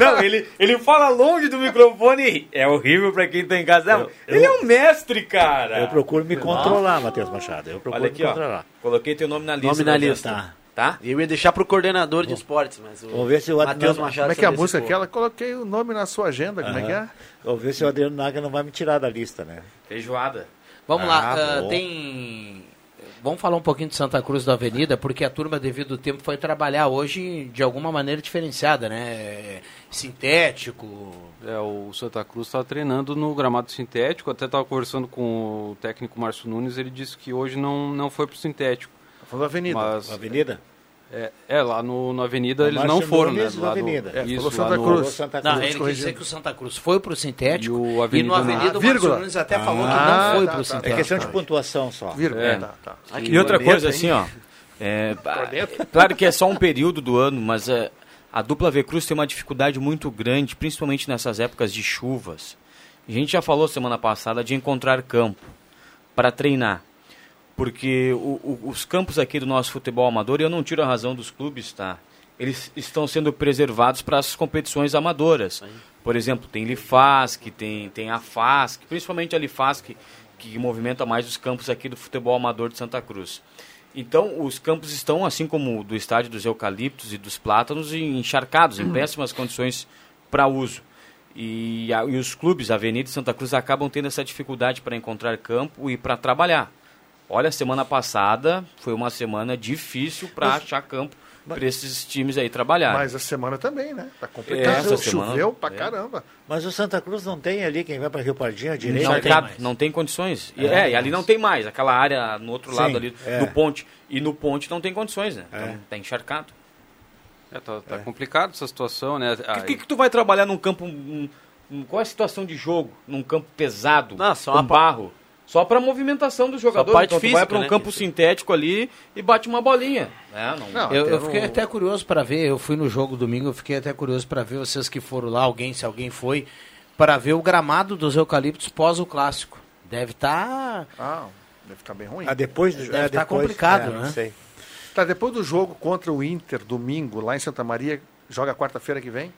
Speaker 9: Não, ele, ele fala longe do microfone. e ri. É horrível pra quem tá em casa. Não, ele é um mestre, cara.
Speaker 3: eu procuro me controlar, Matheus Machado. Eu procuro
Speaker 9: Olha aqui,
Speaker 3: me
Speaker 9: ó.
Speaker 3: controlar.
Speaker 9: Coloquei teu nome na lista.
Speaker 7: Nome na
Speaker 9: Modesto.
Speaker 7: lista.
Speaker 9: Tá?
Speaker 7: Eu ia deixar pro coordenador de esportes, mas o
Speaker 3: Vamos ver se o
Speaker 7: Matheus
Speaker 3: Adriano-
Speaker 7: Machado...
Speaker 6: Como é que é a
Speaker 7: sabe
Speaker 6: música
Speaker 7: desse
Speaker 6: aquela? Coloquei o nome na sua agenda, como é que é?
Speaker 3: Vou ver se o Adriano Naga não vai me tirar da lista, né?
Speaker 9: Feijoada.
Speaker 1: Vamos lá,
Speaker 3: Ah,
Speaker 1: ah,
Speaker 3: bom.
Speaker 1: tem. Vamos falar um pouquinho de Santa Cruz da Avenida, porque a turma, devido ao tempo, foi trabalhar hoje de alguma maneira diferenciada, né? Sintético.
Speaker 5: É, o Santa Cruz estava treinando no gramado sintético, até estava conversando com o técnico Márcio Nunes, ele disse que hoje não, não foi pro sintético.
Speaker 6: Tá falando da Avenida.
Speaker 5: Mas
Speaker 3: Avenida?
Speaker 5: É, é, lá no, na Avenida
Speaker 3: Na
Speaker 5: eles
Speaker 3: Marcha
Speaker 5: não foram, né?
Speaker 3: Nunes na
Speaker 5: Lá do-
Speaker 3: Avenida. É, falou
Speaker 5: Isso,
Speaker 3: Santa
Speaker 5: lá no-
Speaker 3: Cruz. Santa Cruz,
Speaker 1: Não, ele quis dizer que o Santa Cruz foi pro sintético
Speaker 5: E
Speaker 1: e,
Speaker 5: o Avenida
Speaker 1: no Avenida
Speaker 5: não.
Speaker 1: o Marcelo
Speaker 5: Vírgula.
Speaker 1: Nunes até falou
Speaker 3: Ah,
Speaker 1: que não foi
Speaker 3: tá,
Speaker 1: pro
Speaker 3: tá, tá.
Speaker 1: sintético.
Speaker 3: É questão de pontuação só.
Speaker 6: Vírgula.
Speaker 9: É.
Speaker 6: Tá, tá.
Speaker 8: E
Speaker 9: Ai, que
Speaker 8: outra
Speaker 9: dureza,
Speaker 8: coisa,
Speaker 9: assim, ó. É, bah, é claro que é só um período do ano, mas é, a dupla V Cruz tem uma dificuldade muito grande, principalmente nessas épocas de chuvas. A gente já falou semana passada de encontrar campo para treinar. Porque o- o- os campos aqui do nosso futebol amador, e eu não tiro a razão dos clubes, tá? Eles estão sendo preservados para as competições amadoras. Por exemplo, tem Lifasc, tem, tem a FASC, principalmente a Lifasc, que movimenta mais os campos aqui do futebol amador de Santa Cruz. Então, os campos estão, assim como o do estádio dos eucaliptos e dos plátanos, encharcados,
Speaker 5: Uhum.
Speaker 9: em péssimas condições para uso. E, a- e os clubes, Avenida e Santa Cruz, acabam tendo essa dificuldade para encontrar campo e para trabalhar. Olha, semana passada foi uma semana difícil para achar campo para esses times aí trabalhar.
Speaker 6: Mas a semana também, né? Tá complicado.
Speaker 9: É, essa
Speaker 6: Choveu
Speaker 9: semana-
Speaker 6: pra caramba.
Speaker 3: Mas o Santa Cruz não tem ali quem vai para Rio Pardinho à direita?
Speaker 9: não, tem, não tem condições. E, é, e ali não tem mais. Aquela área no outro
Speaker 3: Sim,
Speaker 9: lado ali
Speaker 3: é.
Speaker 9: do ponte. E no ponte não tem condições, né?
Speaker 3: É.
Speaker 9: Então, tá encharcado.
Speaker 5: É, tá, tá complicado essa situação, né?
Speaker 9: O
Speaker 5: Aí-
Speaker 9: que, é que tu vai trabalhar num campo. um- um- qual é a situação de jogo? Num campo pesado,
Speaker 7: Não, só
Speaker 9: com
Speaker 7: uma pa-
Speaker 9: barro. Só pra movimentação dos jogadores.
Speaker 7: parte
Speaker 9: Então, tu vai
Speaker 7: física,
Speaker 9: pra um
Speaker 7: né?
Speaker 9: campo sintético ali e bate uma bolinha. É, não-
Speaker 6: Não,
Speaker 1: Eu,
Speaker 6: até
Speaker 1: eu fiquei
Speaker 6: no-
Speaker 1: Ah, até curioso para ver, eu fui no jogo domingo, eu fiquei até curioso para ver vocês que foram lá, alguém, se alguém foi, para ver o gramado dos eucaliptos pós o clássico. Deve tá- estar.
Speaker 6: Ah, deve ficar bem ruim.
Speaker 3: Ah, depois do
Speaker 1: Deve
Speaker 3: é,
Speaker 1: tá
Speaker 3: depois,
Speaker 1: complicado,
Speaker 3: é,
Speaker 1: né?
Speaker 3: Sei.
Speaker 6: Tá, depois do jogo contra o Inter, domingo, lá em Santa Maria, joga quarta-feira que vem?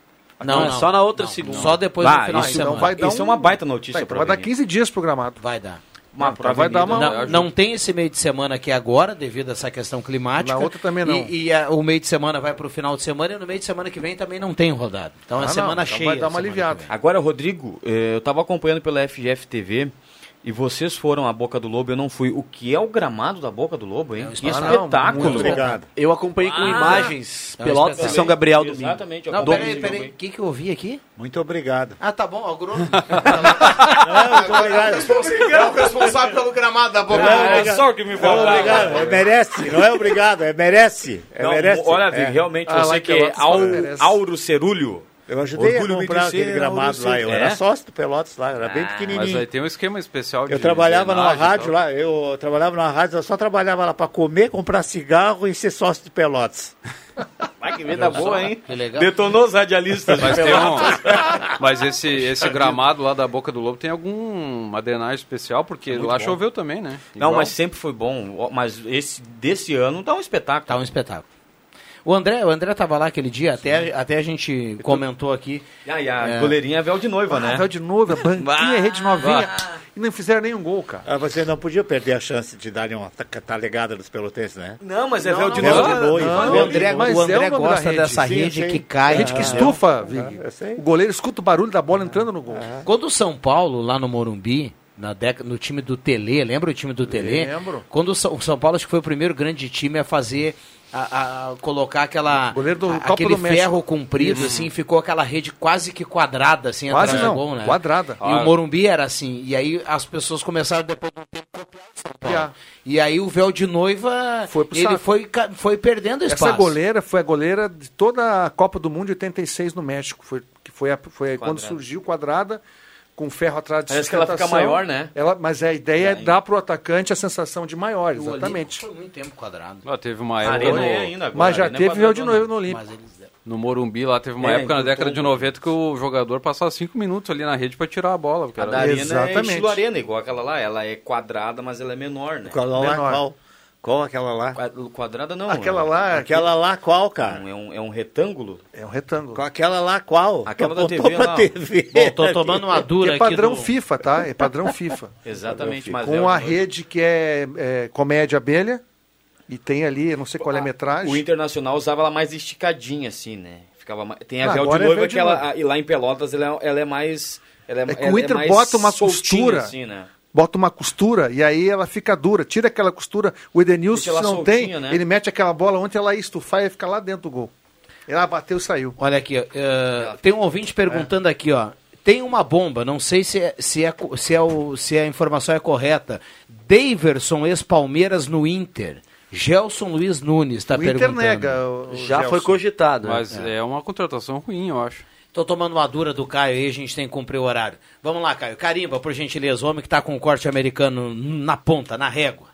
Speaker 1: Não,
Speaker 7: Não, é só na outra
Speaker 1: não,
Speaker 7: segunda.
Speaker 1: Só depois
Speaker 9: Bah,
Speaker 1: do final de
Speaker 9: isso
Speaker 6: não
Speaker 1: semana.
Speaker 6: vai dar
Speaker 9: Isso é
Speaker 6: um-
Speaker 9: uma baita notícia
Speaker 6: Tá, então
Speaker 9: pra
Speaker 6: vai dar
Speaker 9: Avenida.
Speaker 6: 15 dias programado.
Speaker 1: Vai dar.
Speaker 9: Uma
Speaker 6: Então vai dar uma-
Speaker 1: Não, não tem esse meio de semana aqui agora, devido a essa questão climática.
Speaker 6: Na outra também não.
Speaker 1: E, e, ah, o meio de semana vai para o final de semana e no meio de semana que vem também não tem rodada. Então é
Speaker 6: Ah, não,
Speaker 1: semana
Speaker 6: então
Speaker 1: cheia.
Speaker 6: vai dar uma
Speaker 1: semana que
Speaker 6: aliviada.
Speaker 1: vem.
Speaker 9: Agora, Rodrigo, eh, eu estava acompanhando pela FGF TV e vocês foram à Boca do Lobo, eu não fui. O que é o gramado da Boca do Lobo, hein?
Speaker 1: É um
Speaker 5: Ah,
Speaker 9: que
Speaker 6: espetáculo.
Speaker 9: espetáculo!
Speaker 3: Muito obrigado.
Speaker 7: Eu acompanhei com
Speaker 9: Ah,
Speaker 7: imagens
Speaker 1: não,
Speaker 7: Pelotas e
Speaker 1: espetacular.
Speaker 7: São Gabriel domingo.
Speaker 9: Exatamente. eu
Speaker 1: Não,
Speaker 9: acompanhei
Speaker 1: peraí,
Speaker 9: esse
Speaker 1: peraí.
Speaker 9: jogo
Speaker 1: O que, que eu ouvi aqui?
Speaker 3: Muito obrigado.
Speaker 1: Ah, tá bom, agrônomo.
Speaker 3: Muito obrigado.
Speaker 1: É o responsável pelo gramado da boca.
Speaker 9: É só o que me
Speaker 8: Tá,
Speaker 3: Não,
Speaker 9: faltava.
Speaker 3: obrigado. É, merece, não é obrigado, é merece. É
Speaker 9: Não,
Speaker 3: merece.
Speaker 9: Então, Olha,
Speaker 3: é.
Speaker 9: Vivi, realmente,
Speaker 6: Ah, lá
Speaker 9: você
Speaker 6: em
Speaker 9: que é
Speaker 6: Pelotas,
Speaker 9: Au-
Speaker 6: merece.
Speaker 9: Auro Cerulho.
Speaker 3: Eu ajudei
Speaker 9: Orgulho
Speaker 3: a
Speaker 9: me
Speaker 3: comprar
Speaker 9: dizer,
Speaker 3: aquele gramado
Speaker 9: orgulho
Speaker 3: lá.
Speaker 9: ser-
Speaker 3: Eu
Speaker 9: É?
Speaker 3: era sócio do Pelotas lá, eu era bem
Speaker 5: Mas
Speaker 3: pequenininho.
Speaker 5: aí tem um esquema especial de
Speaker 3: Eu trabalhava numa
Speaker 5: drenagem e
Speaker 8: então.
Speaker 3: rádio
Speaker 5: tal.
Speaker 3: lá, eu trabalhava numa rádio, eu só trabalhava lá para comer, comprar cigarro e ser sócio do Pelotas.
Speaker 9: Vai que da boa, hein?
Speaker 1: Que legal.
Speaker 9: Detonou os radialistas.
Speaker 5: Mas, tem um, mas esse, esse gramado lá da Boca do Lobo tem alguma drenagem especial, porque lá choveu também, né?
Speaker 9: É Não,
Speaker 5: Igual.
Speaker 9: mas sempre foi bom. Ó, Mas esse desse ano tá um espetáculo.
Speaker 1: Tá um espetáculo. O André, o André tava lá aquele dia, até, até a gente comentou aqui.
Speaker 9: Ah, e a
Speaker 1: É.
Speaker 9: goleirinha é véu de noiva, né?
Speaker 6: Rafael Ah, de novo, a banquinha, rede novinha. E não fizeram nenhum gol, cara.
Speaker 3: Ah, você não podia perder a chance de dar uma taca- talegada nos pelotenses, né?
Speaker 9: Não, mas é véu de
Speaker 3: não,
Speaker 9: noiva.
Speaker 3: não, não, não,
Speaker 1: O André,
Speaker 6: mas
Speaker 1: o André
Speaker 6: é o nome
Speaker 1: gosta
Speaker 6: da rede.
Speaker 1: dessa
Speaker 3: Sim,
Speaker 1: rede
Speaker 3: sim.
Speaker 1: que cai.
Speaker 6: Rede que
Speaker 9: É.
Speaker 1: né?
Speaker 6: estufa, Vig.
Speaker 3: eu sei.
Speaker 6: O goleiro escuta o barulho da bola entrando no gol.
Speaker 9: É.
Speaker 1: Quando o São Paulo, lá no Morumbi, na década, no time do Tele, lembra o time do Tele?
Speaker 6: Lembro.
Speaker 1: Quando o São, o São Paulo acho que foi o primeiro grande time a fazer. A, a colocar aquela
Speaker 6: Goleiro do
Speaker 1: a-
Speaker 6: Copa
Speaker 1: aquele
Speaker 6: do México. Uhum.
Speaker 1: ferro comprido assim ficou aquela rede quase que quadrada assim
Speaker 6: Quase
Speaker 1: atrás
Speaker 6: não,
Speaker 1: do gol né
Speaker 6: quadrada.
Speaker 1: e o Morumbi era assim e aí as pessoas começaram depois do tempo a copiar o São Paulo
Speaker 6: Copiar.
Speaker 1: e aí o véu de noiva
Speaker 6: Foi pro
Speaker 1: ele
Speaker 6: saco.
Speaker 1: foi ca- foi perdendo espaço
Speaker 6: Essa é goleira foi a goleira de toda a Copa do Mundo de 86 no México. Foi, que foi, a- foi quando surgiu quadrada, com ferro atrás de
Speaker 9: Parece que ela fica
Speaker 6: sustentação.
Speaker 9: maior, né?
Speaker 6: Ela, mas a ideia é dar pro atacante a sensação de maior,
Speaker 1: O Olímpico
Speaker 6: exatamente.
Speaker 1: foi muito tempo quadrado
Speaker 5: Lá teve uma
Speaker 9: A
Speaker 5: época
Speaker 9: Arena é
Speaker 5: no,
Speaker 9: ainda agora,
Speaker 6: Mas já
Speaker 9: a Arena é
Speaker 6: teve véu de
Speaker 9: quadradona.
Speaker 6: noivo no Olímpico.
Speaker 1: mas eles
Speaker 5: no Morumbi, lá teve uma
Speaker 9: É,
Speaker 5: época na
Speaker 9: então,
Speaker 5: década de 90 que o jogador passava cinco minutos ali na rede pra tirar a bola. Porque
Speaker 9: A
Speaker 5: era-
Speaker 9: da arena é
Speaker 6: Exatamente.
Speaker 9: estilo arena, igual aquela lá. Ela é quadrada, mas ela é menor, né?
Speaker 3: Qual lá,
Speaker 6: Menor.
Speaker 3: qual? Qual aquela lá?
Speaker 9: Qua- Quadrada não.
Speaker 6: Aquela
Speaker 9: é-
Speaker 6: lá,
Speaker 3: Aquela lá, qual,
Speaker 9: é
Speaker 3: cara?
Speaker 9: um- É um, é um retângulo.
Speaker 6: é um retângulo.
Speaker 3: Com aquela lá, qual?
Speaker 9: Aquela da
Speaker 3: Apontou
Speaker 9: TV
Speaker 3: pra
Speaker 9: lá, ó.
Speaker 3: TV.
Speaker 1: Bom, tô tomando uma
Speaker 6: É
Speaker 1: dura aqui.
Speaker 6: padrão
Speaker 1: do-
Speaker 6: FIFA, tá? É padrão FIFA.
Speaker 9: Exatamente. Mas é
Speaker 6: com
Speaker 9: o-
Speaker 6: a rede que é, é, comédia abelha e tem ali, eu não sei qual é a metragem.
Speaker 9: Ah, O Internacional usava ela mais esticadinha, assim, né? Ficava mais... Tem a
Speaker 6: Ah,
Speaker 9: véu de
Speaker 6: agora é
Speaker 9: noiva
Speaker 6: véu
Speaker 9: que
Speaker 6: de
Speaker 9: ela...
Speaker 6: noiva.
Speaker 9: a- E lá em Pelotas ela é, ela é mais... Ela é,
Speaker 6: É que o
Speaker 9: ela
Speaker 6: Inter
Speaker 9: mais
Speaker 6: bota uma
Speaker 9: soltinha,
Speaker 6: costura.
Speaker 9: Assim, né?
Speaker 6: Bota uma costura e aí ela fica dura. Tira aquela costura. O Edenilson,
Speaker 9: Deixa ela
Speaker 6: se não
Speaker 9: soltinha,
Speaker 6: tem,
Speaker 9: né?
Speaker 6: ele mete aquela bola onde ela ia estufar e ia ficar lá dentro do gol. Ela bateu e saiu.
Speaker 1: Olha aqui, ó, eh, tem um ouvinte perguntando aqui, ó. Tem uma bomba, não sei se, é, se, é, co- se, é o, se a informação é correta. Daverson ex-Palmeiras no Inter. Gelson Luiz Nunes está
Speaker 5: O Inter
Speaker 1: perguntando.
Speaker 5: nega o- o Já Gelson. foi
Speaker 1: cogitado.
Speaker 5: Mas
Speaker 9: né?
Speaker 5: é. uma contratação ruim, eu acho.
Speaker 1: Tô tomando uma dura do Caio aí, a gente tem que cumprir o horário. Vamos lá, Caio. Carimba, por gentileza, o homem que tá com o corte americano na ponta, na régua.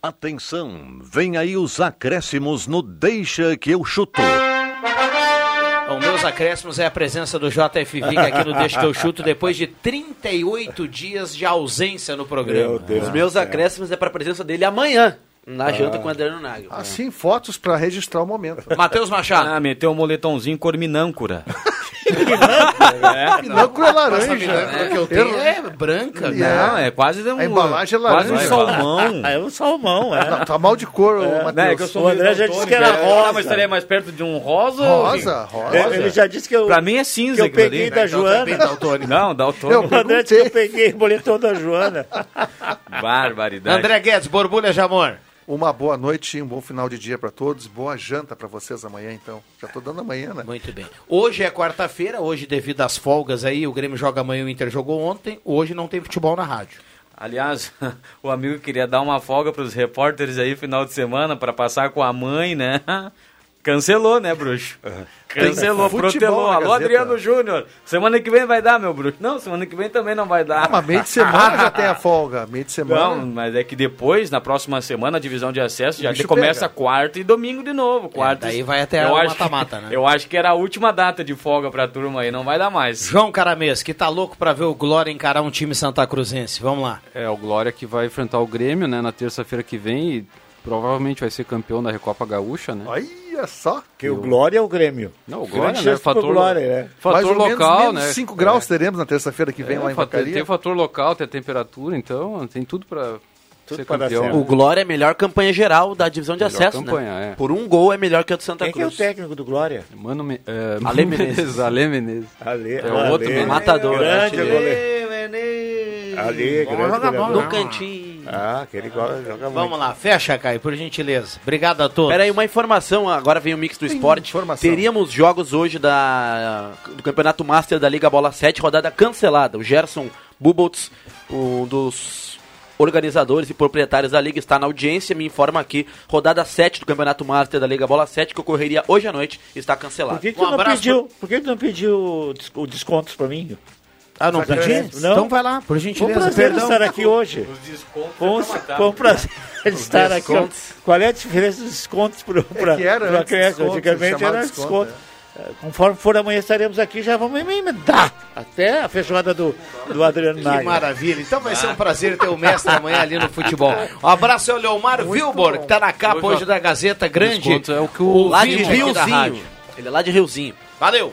Speaker 11: Atenção, vem aí os acréscimos no Deixa que eu chuto.
Speaker 1: Bom, meus acréscimos é a presença do JF Vig aqui no Deixa que eu chuto depois de 38 dias de ausência no programa.
Speaker 7: Meu Deus Os do meus céu. acréscimos
Speaker 1: é para a presença dele amanhã
Speaker 7: na
Speaker 9: Ah.
Speaker 7: janta com o Adriano Nagel.
Speaker 6: Assim, fotos para registrar o momento.
Speaker 1: Matheus Machado.
Speaker 9: Ah, meteu um moletomzinho corminâncora. Ah,
Speaker 6: Minâncora é laranja.
Speaker 1: que eu tenho é branca,
Speaker 9: né?
Speaker 6: né?
Speaker 9: Não, é quase um...
Speaker 6: A embalagem é laranja.
Speaker 9: Quase um salmão.
Speaker 3: É um salmão, é.
Speaker 6: Não, tá mal de cor, o Matheus.
Speaker 9: Não,
Speaker 1: Né,
Speaker 9: é que eu sou
Speaker 3: O André já
Speaker 9: daltônico,
Speaker 3: disse que era
Speaker 9: né?
Speaker 3: rosa.
Speaker 9: Ah, mas estaria mais perto de um rosa?
Speaker 6: Rosa,
Speaker 9: Vig?
Speaker 6: rosa.
Speaker 3: Ele- ele já disse que eu-
Speaker 9: Pra mim é cinza.
Speaker 3: que eu
Speaker 9: aquilo
Speaker 3: peguei
Speaker 9: ali.
Speaker 3: da Então,
Speaker 1: tá
Speaker 3: Joana. também daltônico.
Speaker 9: Não, daltônico.
Speaker 3: O André disse que eu peguei o boletom da Joana.
Speaker 9: Barbaridade.
Speaker 1: Guedes, Borbulha Jamor.
Speaker 6: Uma boa noite e um bom final de dia para todos. Boa janta para vocês amanhã, então. Já tô dando amanhã, né?
Speaker 1: Muito bem. Hoje é quarta-feira, hoje devido às folgas aí, o Grêmio joga amanhã, o Inter jogou ontem, hoje não tem futebol na rádio.
Speaker 9: Aliás, o amigo queria dar uma folga pros repórteres aí final de semana pra passar com a mãe, né? Cancelou, né, bruxo?
Speaker 1: É.
Speaker 9: Cancelou,
Speaker 6: Futebol
Speaker 9: protelou.
Speaker 6: na
Speaker 9: Alô,
Speaker 6: Gazeta.
Speaker 9: Adriano Júnior. Semana que vem vai dar, meu bruxo. Não, semana que vem também não vai dar.
Speaker 6: Ah, mas meio de semana já tem a folga. Meio de semana.
Speaker 9: Não, mas é que depois, na próxima semana, a divisão de acesso já
Speaker 6: bicho
Speaker 9: começa
Speaker 6: pega.
Speaker 9: quarta e domingo de novo. Quarta.
Speaker 1: É, daí vai até
Speaker 9: Eu
Speaker 1: o
Speaker 9: acho que-
Speaker 1: mata-mata, né?
Speaker 9: Eu acho que era a última data de folga pra turma aí, não vai dar mais.
Speaker 1: João Caramês, que tá louco pra ver o Glória encarar um time santa cruzense. Vamos lá.
Speaker 5: É, o Glória que vai enfrentar o Grêmio, né, na terça-feira que vem e provavelmente vai ser campeão da Recopa Gaúcha, né?
Speaker 6: Olha só.
Speaker 3: Que o Glória é o Grêmio.
Speaker 5: Não, o
Speaker 3: Grande
Speaker 5: Glória, né?
Speaker 3: chance pro
Speaker 5: Fator,
Speaker 9: é.
Speaker 3: Glória, né?
Speaker 5: fator
Speaker 6: Mais ou menos
Speaker 5: local,
Speaker 6: menos
Speaker 5: né?
Speaker 6: 5 graus teremos na terça-feira que vem
Speaker 5: É,
Speaker 6: lá em
Speaker 5: fator- tem
Speaker 6: Vacaria.
Speaker 5: fator local, tem a temperatura, então tem tudo pra ser
Speaker 3: pra dar
Speaker 5: campeão.
Speaker 3: certo.
Speaker 5: né?
Speaker 7: O Glória é a melhor campanha geral da divisão de
Speaker 5: Melhor
Speaker 7: acesso,
Speaker 5: campanha,
Speaker 7: né?
Speaker 5: é.
Speaker 7: Por um gol é melhor que a do Santa
Speaker 3: Quem que é o
Speaker 7: Cruz.
Speaker 3: técnico do Glória?
Speaker 5: Mano, Me- é,
Speaker 7: Ale
Speaker 5: Mano
Speaker 7: Menezes.
Speaker 5: Ale Menezes.
Speaker 3: Ali,
Speaker 5: É o outro né? mesmo.
Speaker 7: Matador,
Speaker 3: Grande
Speaker 7: artilheiro.
Speaker 3: goleiro. Ali, grande
Speaker 7: No
Speaker 3: goleiro.
Speaker 5: né?
Speaker 7: cantinho.
Speaker 3: Ah, aquele gola joga muito.
Speaker 1: Vamos lá, fecha, Caio, por gentileza. Obrigado a todos.
Speaker 7: Pera aí, uma informação, agora vem o mix do esporte.
Speaker 6: informação.
Speaker 7: Teríamos jogos hoje da, do Campeonato Master da Liga Bola 7, rodada cancelada. O Gerson Buboltz, um dos organizadores e proprietários da liga, está na audiência, me informa aqui, rodada 7 do Campeonato Master da Liga Bola 7, que ocorreria hoje à noite, está
Speaker 3: Por
Speaker 7: cancelada.
Speaker 3: que, que
Speaker 1: Um
Speaker 3: tu não
Speaker 1: abraço
Speaker 3: pediu, por que tu não pediu des- o descontos pra mim?
Speaker 1: Ah, não pedi?
Speaker 3: Não.
Speaker 1: Então vai lá, por
Speaker 3: Foi um
Speaker 1: gentileza.
Speaker 3: prazer
Speaker 1: Perdão.
Speaker 3: estar aqui hoje.
Speaker 9: Os descontos é
Speaker 3: Foi um, foi um prazer estar aqui.
Speaker 7: descontos.
Speaker 3: Qual é a diferença dos descontos para
Speaker 6: É que era antes desconto,
Speaker 3: Antigamente
Speaker 6: chamava
Speaker 3: era
Speaker 6: desconto, é.
Speaker 3: desconto. Eh, Conforme for amanhã estaremos aqui, já vamos emendar até a feijoada do, do Adriano
Speaker 1: Que
Speaker 3: Naga.
Speaker 1: maravilha. Então vai ser um prazer ter o mestre amanhã ali no futebol. Um abraço ao Leomar Wilbor, que tá na capa hoje da Gazeta Grande.
Speaker 5: Desconto é o que o-
Speaker 7: Lá de
Speaker 1: ouvinte aqui da rádio.
Speaker 7: Riozinho. Ele é lá de Riozinho.
Speaker 1: Valeu.